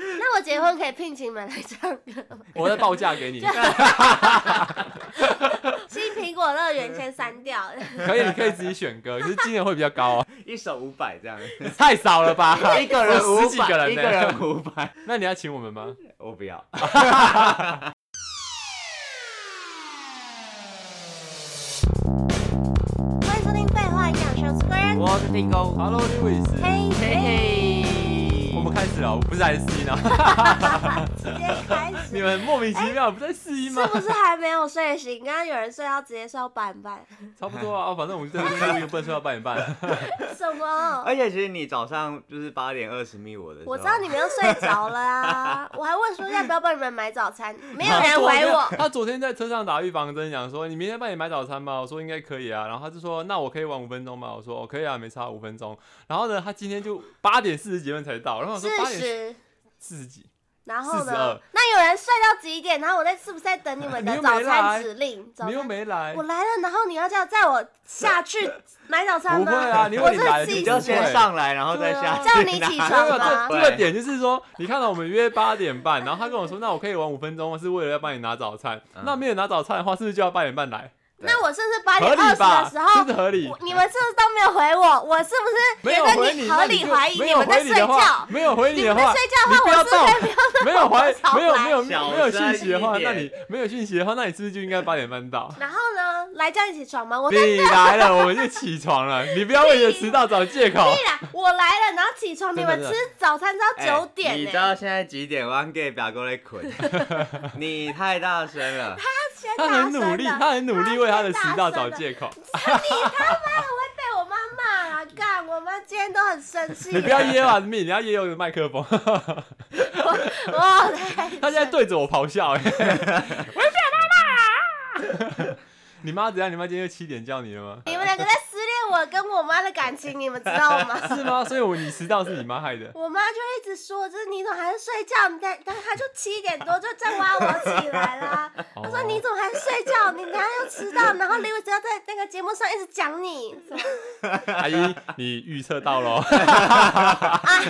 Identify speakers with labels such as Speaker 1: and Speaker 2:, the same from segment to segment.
Speaker 1: 果结婚可以聘请们来唱歌吗？
Speaker 2: 我再报价给你，
Speaker 1: 新苹果乐园先删掉，
Speaker 2: 可以，你可以自己选歌，可是金额会比较高哦，
Speaker 3: 一首五百 这样，
Speaker 2: 太少了吧？
Speaker 1: 哎
Speaker 3: 一个人
Speaker 2: 我
Speaker 3: 五
Speaker 2: 十几个
Speaker 3: 百，
Speaker 2: 人
Speaker 3: 一
Speaker 2: 呢
Speaker 3: 个人五百，
Speaker 2: 那你要请我们吗？
Speaker 3: 我不要。
Speaker 1: 欢迎收听废话营养学 Square，
Speaker 3: 我是丁工，
Speaker 2: Hello，路易斯，
Speaker 1: 嘿
Speaker 3: 嘿
Speaker 1: 嘿，
Speaker 3: 嘿，
Speaker 2: 我们开始了，我不是在试音啊，
Speaker 1: 直接开始。
Speaker 2: 你们莫名其妙不在试音吗
Speaker 1: 是？不是还没有睡醒？刚刚有人睡到直接睡到半半，
Speaker 2: 差不多啊，哦反正我们这边录音不能睡到半点半，
Speaker 1: 什么？
Speaker 2: 哎
Speaker 3: 而且其实你早上就是八点二十密我的时候，
Speaker 1: 我知道你们又睡着了啊！ 我还问说要不要帮你们买早餐，没有人回我。
Speaker 2: 他昨天在车上打预防针，讲说你明天帮你买早餐吗？我说应该可以啊。然后他就说那我可以晚五分钟吗？我说哦可以啊，没差五分钟。然后呢，他今天就八点四十几分才到，然后我说八
Speaker 1: 四
Speaker 2: 点
Speaker 1: 十，
Speaker 2: 四十几，
Speaker 1: 然后呢
Speaker 2: 42？
Speaker 1: 那有人睡到几点？然后我在是不是在等你们
Speaker 2: 你
Speaker 1: 的
Speaker 2: 又
Speaker 1: 早
Speaker 2: 没来
Speaker 1: 餐指令？早
Speaker 2: 你又
Speaker 1: 餐
Speaker 2: 没来
Speaker 1: 我，来了，然后你要叫载我下去买早餐
Speaker 2: 不
Speaker 1: 吗？
Speaker 2: 会啊，你以
Speaker 1: 我
Speaker 2: 为你
Speaker 1: 真的
Speaker 2: 来了
Speaker 1: 气
Speaker 3: 你
Speaker 2: 不
Speaker 3: 就
Speaker 2: 会
Speaker 3: 先上来，然后再下去
Speaker 1: 对啊叫你起
Speaker 3: 拿
Speaker 1: 床
Speaker 2: 没有
Speaker 1: 吧
Speaker 2: 这这个点就是说，你看到我们约八点半，然后他跟我说，那我可以晚五分钟，是为了要帮你拿早餐。
Speaker 3: 嗯
Speaker 2: 那没有拿早餐的话，是不是就要八点半来？
Speaker 1: 那我是不是八点
Speaker 2: 合
Speaker 1: 二
Speaker 2: 理
Speaker 1: 十的
Speaker 2: 吧？
Speaker 1: 时候
Speaker 2: 是不是合理？
Speaker 1: 我你们是不是都没有回我？我是不是
Speaker 2: 没
Speaker 1: 觉
Speaker 2: 有
Speaker 1: 得
Speaker 2: 回
Speaker 1: 你
Speaker 2: 你，
Speaker 1: 合
Speaker 2: 那你
Speaker 1: 理
Speaker 2: 就
Speaker 1: 怀疑
Speaker 2: 没
Speaker 1: 你
Speaker 2: 有
Speaker 1: 们在
Speaker 2: 回你
Speaker 1: 睡
Speaker 2: 的话
Speaker 1: 觉？
Speaker 2: 没有回
Speaker 1: 你
Speaker 2: 的
Speaker 1: 们在
Speaker 2: 话，
Speaker 1: 睡觉的
Speaker 2: 你不
Speaker 1: 话，我
Speaker 2: 要
Speaker 1: 是不
Speaker 2: 到
Speaker 1: 是没有
Speaker 2: 没有怀
Speaker 1: 吵
Speaker 2: 没有
Speaker 1: 来
Speaker 2: 没有
Speaker 3: 小
Speaker 2: 没有
Speaker 3: 声
Speaker 2: 讯息的话，
Speaker 3: 一
Speaker 2: 那
Speaker 3: 点
Speaker 2: 你没有讯息的话，那你是不是就应该八点半到？
Speaker 1: 然后呢，来叫你起床吗？我在
Speaker 2: 你来了，我们就起床了。你不要为你的迟到找借口。
Speaker 1: 必然我来了，然后起床，你
Speaker 2: 真的
Speaker 1: 们吃早餐到
Speaker 3: 哎
Speaker 1: 九点欸
Speaker 3: 你
Speaker 1: 呢、
Speaker 3: 知道现在几点？我给表哥在 捆，你太大声了。
Speaker 1: 现在
Speaker 2: 他
Speaker 1: 大
Speaker 2: 很
Speaker 1: 声
Speaker 2: 努力，
Speaker 1: 的
Speaker 2: 他很努力为他的迟到
Speaker 1: 大
Speaker 2: 找
Speaker 1: 声的
Speaker 2: 借 口。
Speaker 1: 你他妈我会被我妈骂啊！干，我妈今天都很生气。
Speaker 2: 你不要，噎完命，你要噎我的麦克风。
Speaker 1: 我
Speaker 2: 他现在对着我咆 哮、欸，我想妈妈。你妈怎 样？你妈今天又七点叫你了吗？
Speaker 1: 你们两个在撕裂我跟我妈的感情，你们知道吗？
Speaker 2: 是吗？所以我你迟到是你妈害的。
Speaker 1: 我妈就一直说，就是你怎么还在睡觉？你在，但她就七点多就在挖我起来啦。她说
Speaker 2: 哦
Speaker 1: 你怎么还睡觉？你等下又迟到，然后 Lewis 要在那个节目上一直讲你。
Speaker 2: 阿姨，你预测到了，哦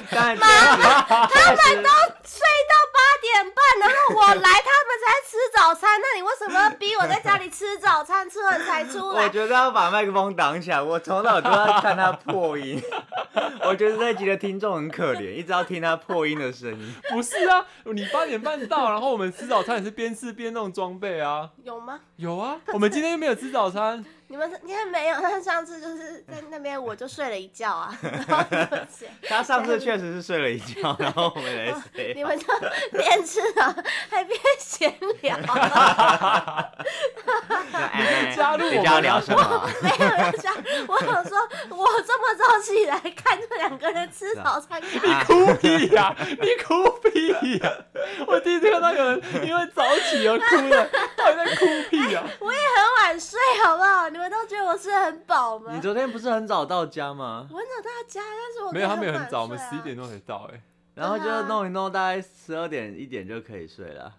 Speaker 3: 但 妈
Speaker 1: 他啊们都睡到八点半，然后我来，他们才吃早餐。那你为什么要逼我在家里吃早餐，吃完才出
Speaker 3: 我
Speaker 1: 来？
Speaker 3: 觉得要把麦克风挡起来，我从小都在看他破音。 我觉得这集的听众很可怜，一直要听他破音的声音。
Speaker 2: 不是啊？你八点半到，然后我们吃早餐也是边吃边弄装备啊。
Speaker 1: 有吗？
Speaker 2: 有啊，我们今天又没有吃早餐，
Speaker 1: 你们今天没有，但上次就是在那边我就睡了一觉啊。然后你们起来
Speaker 3: 他上次确实是睡了一觉，然后我们
Speaker 1: 你
Speaker 3: 来谁？
Speaker 1: 们就边吃啊，还边闲聊，啊
Speaker 3: 哎
Speaker 2: 加入我们
Speaker 3: 等一下要聊什么啊？
Speaker 1: 没有人想。我想说，我这么早起来看这两个人吃早餐，
Speaker 3: 啊
Speaker 2: 哭屁呀、你哭屁呀、我第一次看到有人因为早起而哭的，到底在哭屁呀、
Speaker 1: 我也很晚睡，好不好？你们都觉得我睡得很饱吗？
Speaker 3: 你昨天不是很早到家吗？
Speaker 1: 我很早到家，但是我
Speaker 2: 没有，他
Speaker 1: 们
Speaker 2: 们有很早，我们十
Speaker 1: 啊
Speaker 2: 一点。钟才到、欸，哎。
Speaker 3: 然后就弄一弄，大概十二点一点就可以睡了。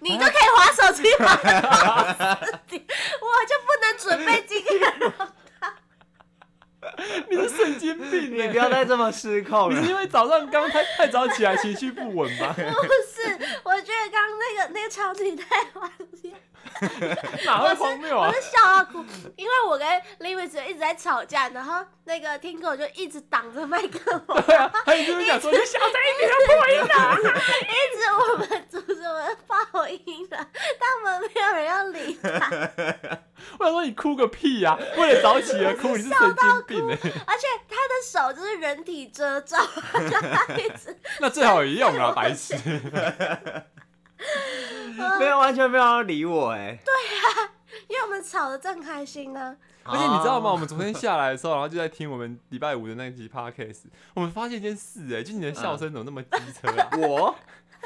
Speaker 1: 你就可以划手机 划到10点我就不能准备今天的
Speaker 2: 你是神经病、
Speaker 3: 你
Speaker 2: 欸！
Speaker 3: 不要再这么失控
Speaker 2: 你是
Speaker 3: 了。
Speaker 2: 因为早上刚太太早起来，情绪不稳 吗？
Speaker 1: 故事。我觉得刚刚那个那个场景太 荒谬，
Speaker 2: 哪
Speaker 1: 我是
Speaker 2: 会荒谬
Speaker 1: 我
Speaker 2: 啊
Speaker 1: 是？笑到哭，因为我跟 Lewis 一直在吵架，然后那个听狗就一直挡着麦克风，
Speaker 2: 对啊，还有就是讲说你小声一点，破音啊！
Speaker 1: 一直我们阻止我们爆音的，他们没有人要理他。
Speaker 2: 我想说你哭个屁呀、为了早起而哭，你是神经病哎、
Speaker 1: 而且他的手就是人体遮罩，他一直
Speaker 2: 那最好也用啊，白痴！
Speaker 3: 没有，完全没有人理我哎、
Speaker 1: 呃因为我们吵得正开心啊呢。
Speaker 2: 而且你知道
Speaker 1: 哦
Speaker 2: 吗？我们昨天下来的时候，然后就在听我们礼拜五的那集 podcast，我们发现一件事哎、就你的笑声怎么那么机车
Speaker 1: 嗯
Speaker 2: 啊？
Speaker 3: 我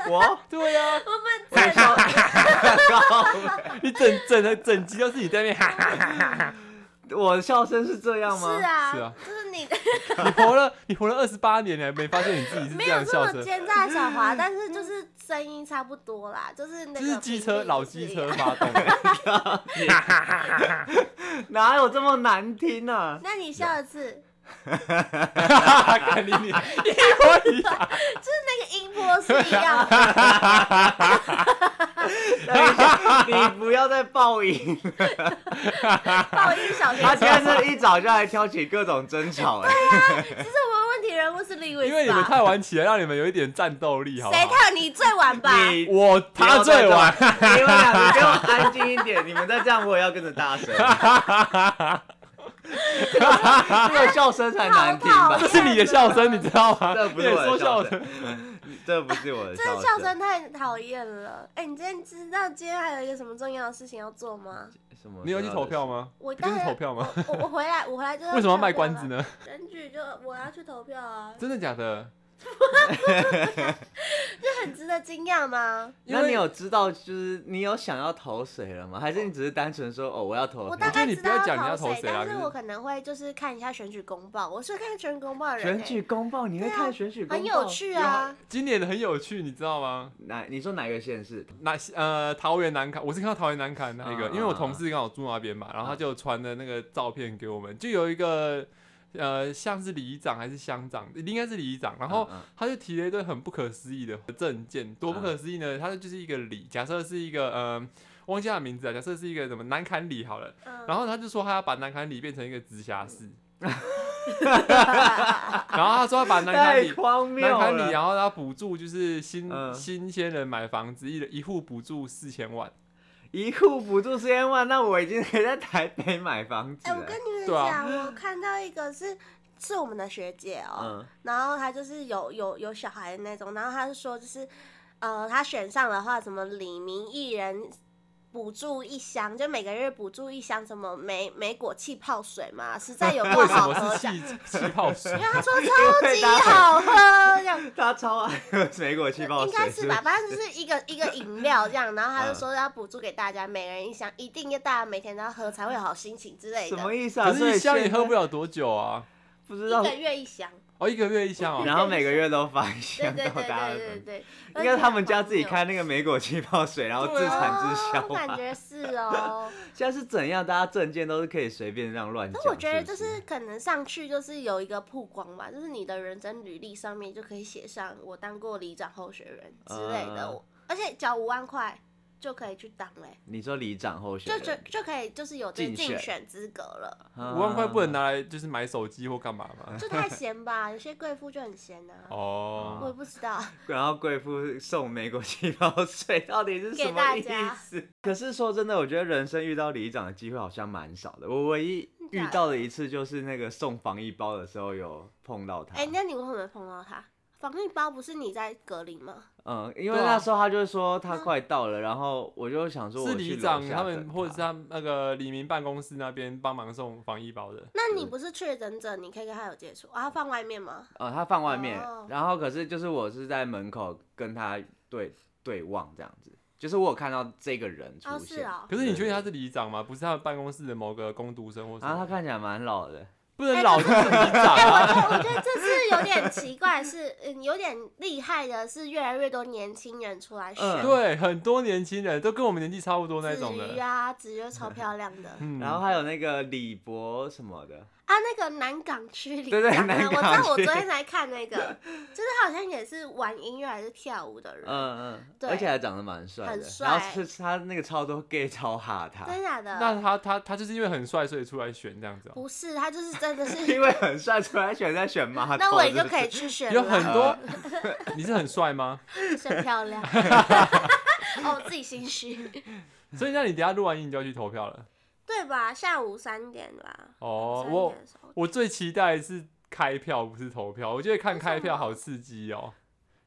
Speaker 3: 我
Speaker 2: 对啊，
Speaker 1: 我们
Speaker 3: 我
Speaker 1: 整
Speaker 3: 笑
Speaker 2: 你整整的整集都是你在那边哈哈哈哈。
Speaker 3: 我的笑声是这样吗？
Speaker 1: 是啊，
Speaker 2: 是啊
Speaker 1: 就是你的
Speaker 2: 你活了你活了二十八年，你还没发现你自己是
Speaker 1: 没
Speaker 2: 这
Speaker 1: 有
Speaker 2: 样
Speaker 1: 这
Speaker 2: 笑
Speaker 1: 么
Speaker 2: 声？
Speaker 1: 奸诈的小华，但是就是声音差不多啦，就是那
Speaker 2: 这
Speaker 1: 个
Speaker 2: 是机车
Speaker 1: 频率
Speaker 2: 老
Speaker 1: 是一
Speaker 2: 机
Speaker 1: 样
Speaker 2: 车。发动。
Speaker 3: 哪有这么难听呢、啊？
Speaker 1: 那你笑一次，
Speaker 2: 干你你一模一样，
Speaker 1: 那个音波是一 样的。
Speaker 3: 你不要再报应，
Speaker 1: 报应小学
Speaker 3: 他
Speaker 1: 生
Speaker 3: 今，天是一早就来挑起各种争吵、哎，
Speaker 1: 其实我们问题人物是 Lewis 吧？
Speaker 2: 因为你们太晚起来，让你们有一点战斗力，好不
Speaker 1: 谁
Speaker 2: 好？
Speaker 1: 太你最晚吧？
Speaker 3: 你
Speaker 2: 我他最晚，
Speaker 3: 你们两个给我安静一点，你们再这样我也要跟着大声。 这个笑声才难听吧
Speaker 1: 好？
Speaker 2: 这是你的笑声，你知道吗？
Speaker 3: 这不 是
Speaker 2: 你
Speaker 3: 我
Speaker 2: 也说
Speaker 3: 的笑
Speaker 2: 声，
Speaker 3: 声，这不是我的
Speaker 1: 这个
Speaker 3: 笑
Speaker 1: 笑声太讨厌了。哎、你今天知道今天还有一个什么重要的事情要做吗？
Speaker 3: 什么
Speaker 2: 你有去投票？吗？
Speaker 1: 我
Speaker 2: 不就
Speaker 1: 当
Speaker 2: 是
Speaker 1: 然
Speaker 2: 投票吗？
Speaker 1: 我我回来，我回来
Speaker 3: 啊
Speaker 1: 就要
Speaker 2: 为什么要卖
Speaker 1: 投票
Speaker 2: 关子
Speaker 1: 了？
Speaker 2: 呢？
Speaker 1: 选举就我要去投票啊，
Speaker 2: 真的假的？
Speaker 1: 这很值得惊讶吗？
Speaker 2: 因
Speaker 3: 那
Speaker 2: 为
Speaker 3: 你有知道就是你有想要投谁了吗？还是你只是单纯说哦我要投
Speaker 1: 我
Speaker 3: 票？
Speaker 1: 大概
Speaker 2: 你
Speaker 1: 知
Speaker 2: 不要
Speaker 1: 道
Speaker 2: 讲你要投
Speaker 1: 谁，
Speaker 2: 谁啊
Speaker 1: 但
Speaker 2: 可
Speaker 1: 是
Speaker 2: 是
Speaker 1: 我可能会就是看一下选举公报。我是看选举公报的人、
Speaker 3: 选举公报，你会
Speaker 1: 对啊
Speaker 3: 看选举
Speaker 1: 哎
Speaker 3: 公报？
Speaker 1: 很有趣啊。
Speaker 2: 今年很有趣，你知道吗？
Speaker 3: 哪你说哪个县市？
Speaker 2: 哪呃桃园南坎，我是看到桃园南坎那个，
Speaker 3: 嗯
Speaker 2: 因为我同事刚好住那边嘛，然后他
Speaker 3: 嗯
Speaker 2: 就传的那个照片给我们，就有一个呃像是里长还是乡长，应该是里长，然后
Speaker 3: 嗯嗯
Speaker 2: 他就提了一堆很不可思议的证件，多不可思议呢？他就是一个里，假设是一个呃忘记他的名字啊，假设是一个什么南坎里好了，
Speaker 1: 嗯，
Speaker 2: 然后他就说他要把南坎里变成一个直辖市，
Speaker 1: 后
Speaker 2: 然后他说要把南坎
Speaker 3: 太
Speaker 2: 里。
Speaker 3: 荒谬
Speaker 2: 南坎里，啊
Speaker 3: 了！
Speaker 2: 然后他补助就是新、
Speaker 3: 嗯
Speaker 2: 新鲜人买房子，一人一户补助四千 万，
Speaker 3: 一户补助四千万，那我已经可以在台北买房子
Speaker 1: 哎、
Speaker 3: 了
Speaker 1: 我。跟你们
Speaker 2: 对啊
Speaker 1: 讲，我看到一个是是我们的学姐哦、
Speaker 3: 嗯，
Speaker 1: 然后她就是有有有小孩的那种，然后她就说就是，呃，她选上的话，什么李明一人补助一箱，就每个月补助一箱什么莓莓果气泡水嘛，实在有
Speaker 2: 为
Speaker 1: 多
Speaker 2: 什
Speaker 1: 好
Speaker 2: 么
Speaker 1: 喝
Speaker 2: 是
Speaker 1: 这样，
Speaker 2: 气气泡水
Speaker 1: 因？为她说
Speaker 3: 因
Speaker 1: 超
Speaker 3: 为
Speaker 1: 级
Speaker 3: 大家
Speaker 1: 好喝这样。
Speaker 3: 他超爱喝 水果气泡水，
Speaker 1: 应该是
Speaker 3: 不嗯
Speaker 1: 吧，？反正就是一个一个饮料这样，然后他就说要补助给大家，每人一箱，一定要大家每天都要喝才会有好心情之类
Speaker 3: 什
Speaker 1: 的，
Speaker 3: 么
Speaker 1: 一
Speaker 3: 意思啊？
Speaker 2: 可
Speaker 3: 所
Speaker 2: 是
Speaker 3: 以
Speaker 2: 一箱也
Speaker 3: 现
Speaker 2: 喝不
Speaker 3: 在，
Speaker 2: 了多久啊？
Speaker 3: 不知道
Speaker 1: 个。月一箱，
Speaker 2: 哦，一个月一箱哦。
Speaker 3: 然后每个月都发一
Speaker 1: 对
Speaker 3: 箱
Speaker 1: 对
Speaker 3: 到
Speaker 1: 对
Speaker 3: 大家
Speaker 1: 对
Speaker 3: 的
Speaker 1: 对
Speaker 3: 房间，
Speaker 1: 对，啊
Speaker 3: 应该他们家自己开那个莓果气泡水，然后自产自销
Speaker 1: 我感
Speaker 3: 吧。
Speaker 1: 觉是 哦。
Speaker 3: 现在是怎样？大家证件都是可以随便让乱讲。
Speaker 1: 但我觉得
Speaker 3: 是不
Speaker 1: 就是是可能上去就是有一个曝光吧，就是你的人生履历上面就可以写上我当过里长候选人之类的，
Speaker 3: 啊
Speaker 1: 我而且缴五万块就可以去当嘞、
Speaker 3: 你说里长候选
Speaker 1: 就
Speaker 3: 人，
Speaker 1: 就就可以就是有这
Speaker 3: 竞
Speaker 1: 竞
Speaker 3: 选
Speaker 1: 选资格了，
Speaker 3: 啊
Speaker 2: 五万块不能拿来就是买手机或干嘛吗？
Speaker 1: 就太闲吧，有些贵妇就很闲呐、啊。我
Speaker 3: 嗯
Speaker 2: 哦，
Speaker 1: 也不知道，
Speaker 3: 然后贵妇送玫瑰气泡水，到底是什
Speaker 1: 给
Speaker 3: 么
Speaker 1: 大
Speaker 3: 意
Speaker 1: 家
Speaker 3: 思？可是说真的，我觉得人生遇到里长的机会好像蛮少的。我唯一遇到的一次就是那个送防疫包的时候有碰到他。
Speaker 1: 哎、那你为什么没碰到他？防疫包不是你在隔离吗？
Speaker 3: 嗯，因为
Speaker 2: 对啊
Speaker 3: 那时候他就说他
Speaker 1: 嗯
Speaker 3: 快到了，然后我就想说我
Speaker 2: 是
Speaker 3: 去
Speaker 2: 里
Speaker 3: 楼
Speaker 2: 长
Speaker 3: 下
Speaker 2: 他们
Speaker 3: 等
Speaker 2: 或者是他们那个李明办公室那边帮忙送防疫包的。
Speaker 1: 那你不是确诊者，你可以跟他有接触啊？他放外面吗？
Speaker 3: 呃，他放外面，
Speaker 1: 哦
Speaker 3: 然后可是就是我是在门口跟他对对望这样子，就是我有看到这个人出
Speaker 1: 哦，是
Speaker 3: 现，
Speaker 1: 哦。
Speaker 2: 可是你确定他是里长吗？不是他们办公室的某个工读生或什
Speaker 3: 啊然后他
Speaker 2: 么？
Speaker 3: 看起来蛮老的，
Speaker 2: 不能老就是里长
Speaker 1: 哎、我
Speaker 2: 啊！
Speaker 1: 觉得我觉得这次有点奇怪，是嗯，有点厉害的是，越来越多年轻人出来选，
Speaker 3: 嗯
Speaker 2: 对，很多年轻人都跟我们年纪差不多那种
Speaker 1: 子瑜
Speaker 2: 的。
Speaker 1: 啊，子瑜超漂亮的
Speaker 2: 嗯，
Speaker 3: 然后还有那个李博什么的，
Speaker 1: 啊，那个南港区里
Speaker 3: 对对
Speaker 1: 长啊，
Speaker 3: 南
Speaker 1: 我知
Speaker 3: 港
Speaker 1: 道我
Speaker 3: 区
Speaker 1: 昨天才看那个，就是好像也是玩音乐还是跳舞的人，
Speaker 3: 嗯嗯，
Speaker 1: 对
Speaker 3: 而且还长得蛮帅
Speaker 1: 很
Speaker 3: 的，
Speaker 1: 帅
Speaker 3: 然后是他那个超多 gay 超哈他，
Speaker 1: 真假
Speaker 2: 那
Speaker 1: 的？
Speaker 2: 他他他就是因为很帅，所以出来选这样子哦。
Speaker 1: 不是，他就是真的是，
Speaker 3: 因为很帅，出来选在选妈头，
Speaker 1: 那我也就可
Speaker 3: 是
Speaker 1: 以去选
Speaker 2: 有
Speaker 1: 了
Speaker 2: 很多， 你是很帅吗？
Speaker 1: 选漂 亮。哦，自己心虚，
Speaker 2: 所以那你等一下录完音你就要去投票了。
Speaker 1: 对吧？下午三点吧。
Speaker 2: 哦，
Speaker 1: 三
Speaker 2: 我
Speaker 1: 点的时候
Speaker 2: 我最期待的是开票，不是投票。我觉得看开票好刺激哦。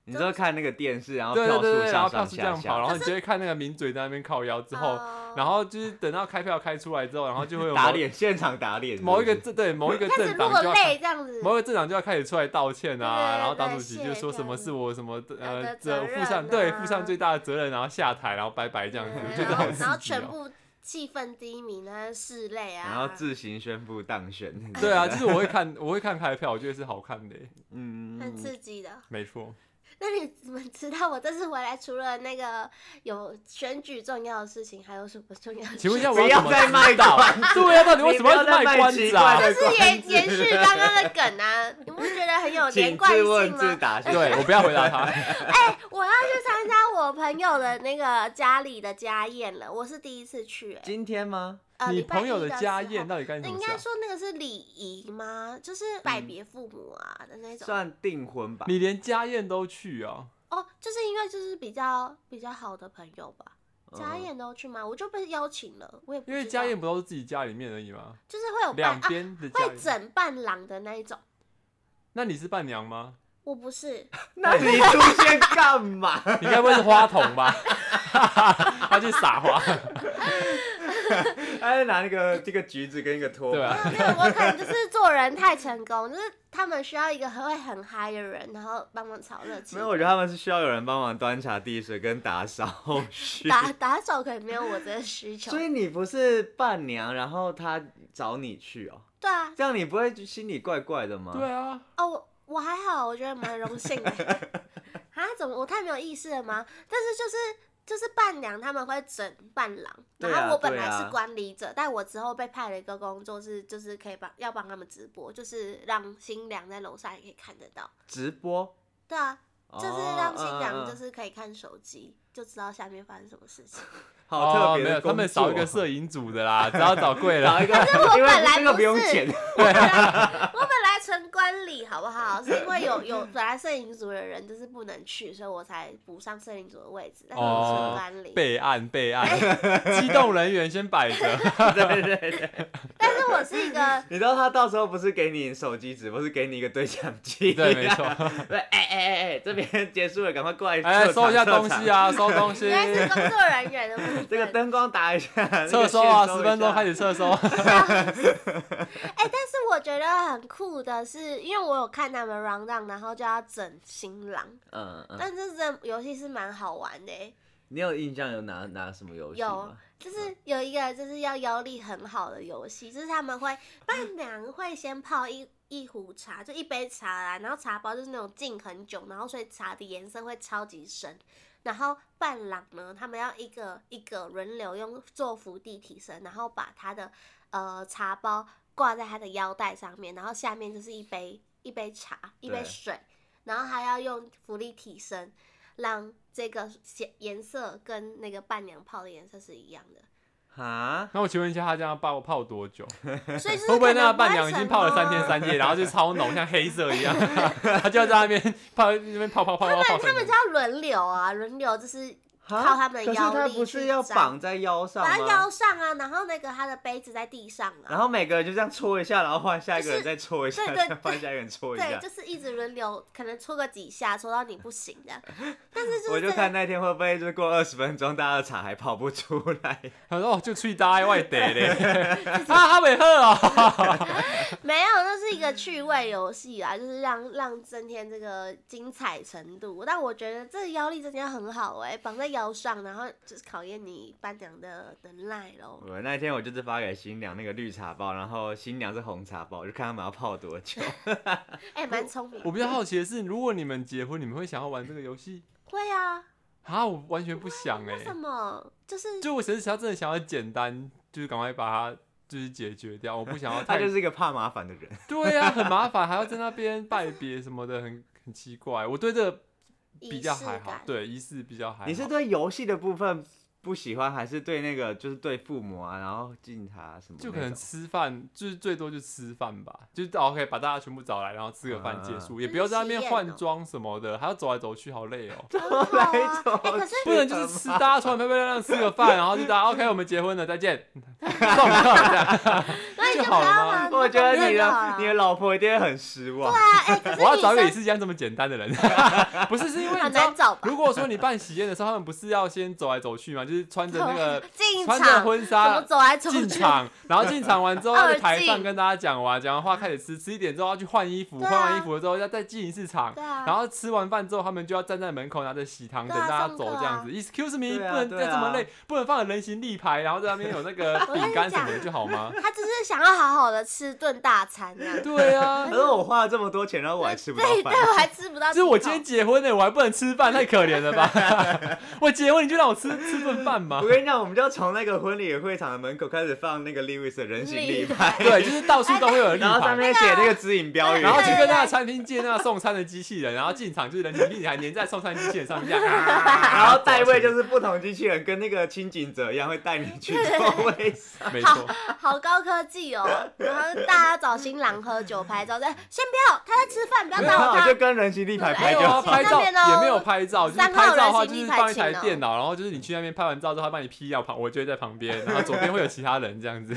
Speaker 3: 不是你说看那个电视，然后
Speaker 2: 对对
Speaker 3: 票
Speaker 2: 对
Speaker 3: 数
Speaker 2: 对，然后票
Speaker 3: 上上
Speaker 2: 数这样
Speaker 3: 下
Speaker 2: 跑，
Speaker 3: 下，
Speaker 2: 然后你就会看那个名嘴在那边靠腰之后，
Speaker 1: 哦
Speaker 2: 然后就是等到开票开出来之后，然后就会有
Speaker 3: 打
Speaker 2: 某
Speaker 3: 脸，现场打脸，
Speaker 2: 某一个
Speaker 3: 是不是
Speaker 2: 政对某一个
Speaker 1: 开始
Speaker 2: 政
Speaker 1: 如
Speaker 2: 党
Speaker 1: 果
Speaker 2: 就要
Speaker 1: 累这样子，
Speaker 2: 某一个政党就要开始出来道歉
Speaker 1: 对对
Speaker 2: 啊，
Speaker 1: 对
Speaker 2: 然后党主席
Speaker 1: 谢
Speaker 2: 就
Speaker 1: 谢
Speaker 2: 说什么
Speaker 1: 这样
Speaker 2: 是我什么的
Speaker 1: 我
Speaker 2: 呃
Speaker 1: 的责
Speaker 2: 负上
Speaker 1: 任
Speaker 2: 对
Speaker 1: 啊
Speaker 2: 负上最大的责任，然后下台，然后拜拜这样子，我觉
Speaker 1: 对
Speaker 2: 得
Speaker 1: 然
Speaker 2: 好
Speaker 1: 后
Speaker 2: 刺激
Speaker 1: 然后
Speaker 2: 哦
Speaker 1: 全部气氛低迷，那室内啊，
Speaker 3: 然后自行宣布当选，
Speaker 2: 啊对啊，就是我会看，我会看开票，我觉得是好看的耶，
Speaker 3: 嗯，
Speaker 1: 很刺激的。
Speaker 2: 没错。
Speaker 1: 那你怎么知道我这次回来除了那个有选举重要的事情，还有什么重要的事情？
Speaker 2: 请问一下，我
Speaker 3: 不
Speaker 2: 怎
Speaker 3: 要
Speaker 2: 么
Speaker 3: 再卖
Speaker 2: 知道
Speaker 3: 关？
Speaker 1: 哦啊
Speaker 2: 对啊呀，到底为什么要
Speaker 3: 你不要
Speaker 2: 卖
Speaker 3: 再卖
Speaker 2: 关
Speaker 3: 奇
Speaker 2: 子
Speaker 3: 怪
Speaker 2: 啊
Speaker 3: 的？
Speaker 1: 就是延延续刚刚的梗啊，你不觉得很有连
Speaker 3: 请
Speaker 1: 贯
Speaker 3: 自
Speaker 1: 性
Speaker 3: 问自
Speaker 1: 吗？
Speaker 3: 答。谢谢
Speaker 2: 对，我不要回答他。
Speaker 1: 我要去参加我朋友的那个家里的家宴了，我是第一次去、欸，
Speaker 3: 今天吗？
Speaker 1: 呃，
Speaker 2: 你
Speaker 1: 礼拜
Speaker 2: 朋友
Speaker 1: 一
Speaker 2: 的
Speaker 1: 时
Speaker 2: 家
Speaker 1: 候
Speaker 2: 宴到底干什
Speaker 1: 那
Speaker 2: 么
Speaker 1: 应
Speaker 2: 事
Speaker 1: 该
Speaker 2: 啊？
Speaker 1: 说那个是礼仪吗？就是拜别父母啊的那种。
Speaker 3: 算订婚吧。
Speaker 2: 你连家宴都去啊？
Speaker 1: 哦，就是因为就是比较比较好的朋友吧，家
Speaker 3: 嗯
Speaker 1: 宴都去吗？我就被邀请了，我也不
Speaker 2: 因为
Speaker 1: 知
Speaker 2: 家
Speaker 1: 道
Speaker 2: 宴不都是自己家里面而已吗？
Speaker 1: 就是会有伴
Speaker 2: 两
Speaker 1: 啊，
Speaker 2: 边的家
Speaker 1: 会
Speaker 2: 宴。
Speaker 1: 整伴郎的那一种。
Speaker 2: 那你是伴娘吗？
Speaker 1: 我不 是，
Speaker 3: 那你出现干嘛？
Speaker 2: 你该不会是花童 吧？他去撒花。
Speaker 3: 他在拿那个这个橘子跟一个拖把。
Speaker 2: 对啊
Speaker 1: 没有，我可能就是做人太成功，就是他们需要一个很会很嗨的人，然后帮忙炒热气
Speaker 3: 没有，我觉得他们是需要有人帮忙端茶递水跟打扫后续。
Speaker 1: 打打扫可能没有我这个需求
Speaker 3: 所。以你不是伴娘，然后他找你去哦，
Speaker 1: 对啊，
Speaker 3: 这样你不会心里怪怪的吗？
Speaker 2: 对啊，
Speaker 1: 哦，我我还好，我觉得蛮荣幸的。 啊，怎么我太没有意识了吗？但是就是就是伴娘他们会整伴郎，
Speaker 3: 对啊
Speaker 1: 然后我本
Speaker 3: 对
Speaker 1: 来
Speaker 3: 啊
Speaker 1: 是管理者，但我之后被派了一个工作是就是可以帮要帮他们直播，就是让新娘在楼上也可以看得到。
Speaker 3: 直播
Speaker 1: 对啊，就是让新娘就
Speaker 3: 哦嗯嗯
Speaker 1: 是可以看手机，就知道下面发生什么事情。
Speaker 3: 好特
Speaker 2: 哦
Speaker 3: 别
Speaker 2: 没
Speaker 3: 的
Speaker 2: 有，
Speaker 3: 工作、
Speaker 2: 他们少一个摄影组的啦，只要找贵了。
Speaker 3: 找 一个，
Speaker 1: 我
Speaker 3: 因
Speaker 1: 本
Speaker 3: 为
Speaker 1: 来
Speaker 3: 这个
Speaker 1: 不
Speaker 3: 不用
Speaker 1: 是
Speaker 3: 钱，
Speaker 1: 我本来我本来纯观礼，好不好？是因为有有本来摄影组的人就是不能去，所以我才补上摄影组的位置，但是我纯
Speaker 2: 哦
Speaker 1: 观礼。
Speaker 2: 备案备案，
Speaker 3: 哎
Speaker 2: 机动人员先摆 着。
Speaker 3: 对对对。
Speaker 1: 但是我是一 个
Speaker 3: 你知道他到时候不是给你手机直播，是给你一个对讲机，
Speaker 2: 对没错
Speaker 3: 对，哎哎哎哎，这边结束了，赶快过来，
Speaker 2: 哎，收一下东西
Speaker 3: 啊，
Speaker 2: 啊，收东
Speaker 1: 应
Speaker 2: 西。
Speaker 1: 该是工作人员的部分。
Speaker 3: 这个灯光打一下，
Speaker 2: 撤收啊，十分钟开
Speaker 3: 始。
Speaker 2: 始撤收。
Speaker 1: 哎、但是我觉得很酷的是，因为我有看他们 round down，然后就要整新郎，
Speaker 3: 嗯嗯，嗯
Speaker 1: 但是这游戏是蛮好玩的、
Speaker 3: 你有印象有哪哪什么游戏
Speaker 1: 有
Speaker 3: 吗？，嗯
Speaker 1: 就是有一个就是要腰力很好的游戏，就是他们会伴娘会先泡一一壶茶，就一杯茶啦，然后茶包就是那种浸很久，然后所以茶的颜色会超级深。然后伴郎呢，他们要一个一个轮流用做伏地提升，然后把他的呃茶包挂在他的腰带上面，然后下面就是一杯一杯茶，一杯
Speaker 3: 对
Speaker 1: 水，然后还要用浮力提升，让这个颜颜色跟那个伴娘泡的颜色是一样的，
Speaker 3: 哈，
Speaker 2: 那我请问一下，他这样泡泡多久？
Speaker 1: 所以就是
Speaker 2: 会不
Speaker 1: 可
Speaker 2: 会
Speaker 1: 能
Speaker 2: 那个伴娘
Speaker 1: 完
Speaker 2: 已经
Speaker 1: 成
Speaker 2: 泡了
Speaker 1: 哦
Speaker 2: 三天三 夜，然后就超浓，像黑色一样， 他就要在那边泡，那边泡泡泡泡泡。
Speaker 1: 他们就要轮流啊，轮流就是
Speaker 3: 哈
Speaker 1: 靠他们的
Speaker 3: 可是
Speaker 1: 腰力
Speaker 3: 他不是
Speaker 1: 去
Speaker 3: 要
Speaker 1: 粘
Speaker 3: 绑在腰上
Speaker 1: 把它
Speaker 3: 吗
Speaker 1: 腰？上啊，然后那个他的杯子在地上啊，
Speaker 3: 然后每个人就这样搓一下，然后换下一个
Speaker 1: 就
Speaker 3: 人
Speaker 1: 是
Speaker 3: 再搓一下，
Speaker 1: 对对
Speaker 3: 再换下一个人搓一
Speaker 1: 对，
Speaker 3: 下。
Speaker 1: 就是一直轮流，可能搓个几下，搓到你不行的。但是就是
Speaker 3: 我
Speaker 1: 这
Speaker 3: 就
Speaker 1: 个
Speaker 3: 看那天会不会就是过二十分钟，大家的茶还跑不出来。
Speaker 2: 他说哦，就去搭外地嘞， 啊，他没喝哦。
Speaker 1: 没有，那是一个趣味游戏啊，就是让让增添这个精彩程度。但我觉得这个腰力真的很好哎、绑在腰上，然后就是考验你伴娘的能耐咯。
Speaker 3: 我那天我就是发给新娘那个绿茶包，然后新娘是红茶包，我就看他们要泡多 久。
Speaker 1: 哎、蛮聪明
Speaker 2: 我。比较好奇的是，如果你们结婚，你们会想要玩这个游戏
Speaker 1: 会啊，
Speaker 2: 啊？我完全不想哎、
Speaker 1: 为什么？就是
Speaker 2: 就我其实想要真的想要简单，就是赶快把它就是解决掉，我不想要
Speaker 3: 他
Speaker 2: 太
Speaker 3: 就是一个怕麻烦的人。
Speaker 2: 对啊，很麻烦，还要在那边拜别什么的，很很奇怪。我对这个比
Speaker 1: 仪
Speaker 2: 较
Speaker 1: 式
Speaker 2: 还好
Speaker 1: 感，。啊
Speaker 2: 对仪式比较还好。
Speaker 3: 你是对游戏的部分不喜欢，还是对那个就是对父母啊，然后敬茶什么那
Speaker 2: 就
Speaker 3: 种？
Speaker 2: 可能吃饭，就是最多就吃饭吧，就是哦 OK 把大家全部找来，然后吃个饭结
Speaker 3: 啊
Speaker 2: 束，也不要在那边换装什么的，还要走来走去，好累哦。
Speaker 1: 很好啊
Speaker 3: 走来走
Speaker 1: 哎、可是
Speaker 2: 不能就是吃，大家穿漂漂亮亮吃个饭，然后就大家 OK 我们结婚了，再见， 送客这样。
Speaker 1: 那你就
Speaker 2: 就
Speaker 1: 不
Speaker 2: 好
Speaker 1: 要
Speaker 2: 了
Speaker 1: 玩那
Speaker 2: 吗
Speaker 1: 个 啊
Speaker 3: 我 觉得你
Speaker 1: 就好了
Speaker 3: 的你的老婆一定会很失望。
Speaker 1: 对啊，哎、可是
Speaker 2: 我要找一
Speaker 1: 女
Speaker 2: 个
Speaker 1: 生
Speaker 2: 也是这样这么简单的人， 不是是因为你
Speaker 1: 很
Speaker 2: 知道
Speaker 1: 难，找吧？
Speaker 2: 如果说你办喜宴的时候，他们不是要先走来走去嘛，就是穿着 那个
Speaker 1: 进
Speaker 2: 穿着
Speaker 1: 场
Speaker 2: 婚
Speaker 1: 怎么
Speaker 2: 纱
Speaker 1: 走来走去？
Speaker 2: 进场，然后进场完之后
Speaker 1: 二
Speaker 2: 在台
Speaker 1: 进
Speaker 2: 上跟大家讲完，讲完话开始吃，吃一点之后要去换衣服，
Speaker 1: 对啊
Speaker 2: 换完衣服了之后要再进一次场。
Speaker 1: 对啊，
Speaker 2: 然后吃完饭之后，他们就要站在门口拿着喜糖
Speaker 1: 对
Speaker 2: 等
Speaker 1: 啊
Speaker 2: 大家
Speaker 1: 上
Speaker 2: 走
Speaker 1: 课
Speaker 2: 这样
Speaker 1: 啊
Speaker 2: 子。Excuse me，
Speaker 3: 对啊
Speaker 2: 不能
Speaker 3: 对
Speaker 2: 再这么
Speaker 3: 啊
Speaker 2: 累，不能放人形立牌，然后在那边有那个
Speaker 1: 我跟
Speaker 2: 饼
Speaker 1: 你
Speaker 2: 干什么
Speaker 1: 讲
Speaker 2: 的就好吗？
Speaker 1: 他只是想要好好的吃顿大餐这样。
Speaker 2: 对啊
Speaker 3: 可，是我花了这么多钱，然后我还吃不到
Speaker 1: 对，
Speaker 3: 饭
Speaker 1: 对，，我还吃不到
Speaker 2: 这
Speaker 1: 几口。
Speaker 2: 是我今天结婚呢，我还不能吃饭，太可怜了吧？ 我结婚你就让我吃吃顿饭嘛
Speaker 3: 我？跟你讲，我们就要从那个婚礼会场的门口开始放那个 Lewis 的人形立 牌，
Speaker 2: 对，就是到处都会有
Speaker 1: 哎
Speaker 2: 人立
Speaker 3: 然后上
Speaker 2: 牌。
Speaker 3: 面写那个指引标语，
Speaker 2: 然后去
Speaker 1: 对
Speaker 2: 跟那个餐厅借那个送餐的机器人，然后进场就是人体力还粘在送餐机器人上面，这 样啊
Speaker 3: 然后代位就是不同机器人跟那个清景者一样会带你去座位上，
Speaker 2: 没错，
Speaker 1: 好高科技哦，然后大家找新郎喝酒拍照，但先不要，他在吃饭，不要
Speaker 3: 然
Speaker 1: 打
Speaker 3: 后
Speaker 1: 扰
Speaker 3: 我就
Speaker 1: 他。
Speaker 3: 跟人形立牌
Speaker 1: 对
Speaker 3: 拍就
Speaker 2: 没有啊，
Speaker 3: 好。
Speaker 2: 拍照
Speaker 1: 那边哦
Speaker 2: 也没有拍照，就是
Speaker 1: 三
Speaker 2: 拍
Speaker 1: 号
Speaker 2: 照的话
Speaker 1: 人
Speaker 2: 就
Speaker 1: 形立
Speaker 2: 是
Speaker 1: 牌
Speaker 2: 放一
Speaker 1: 请
Speaker 2: 台
Speaker 1: 哦
Speaker 2: 电脑，然后就是你去那边拍完照之后，他帮你 P 掉，旁我就会在旁边，然后左边会有其他人这样子。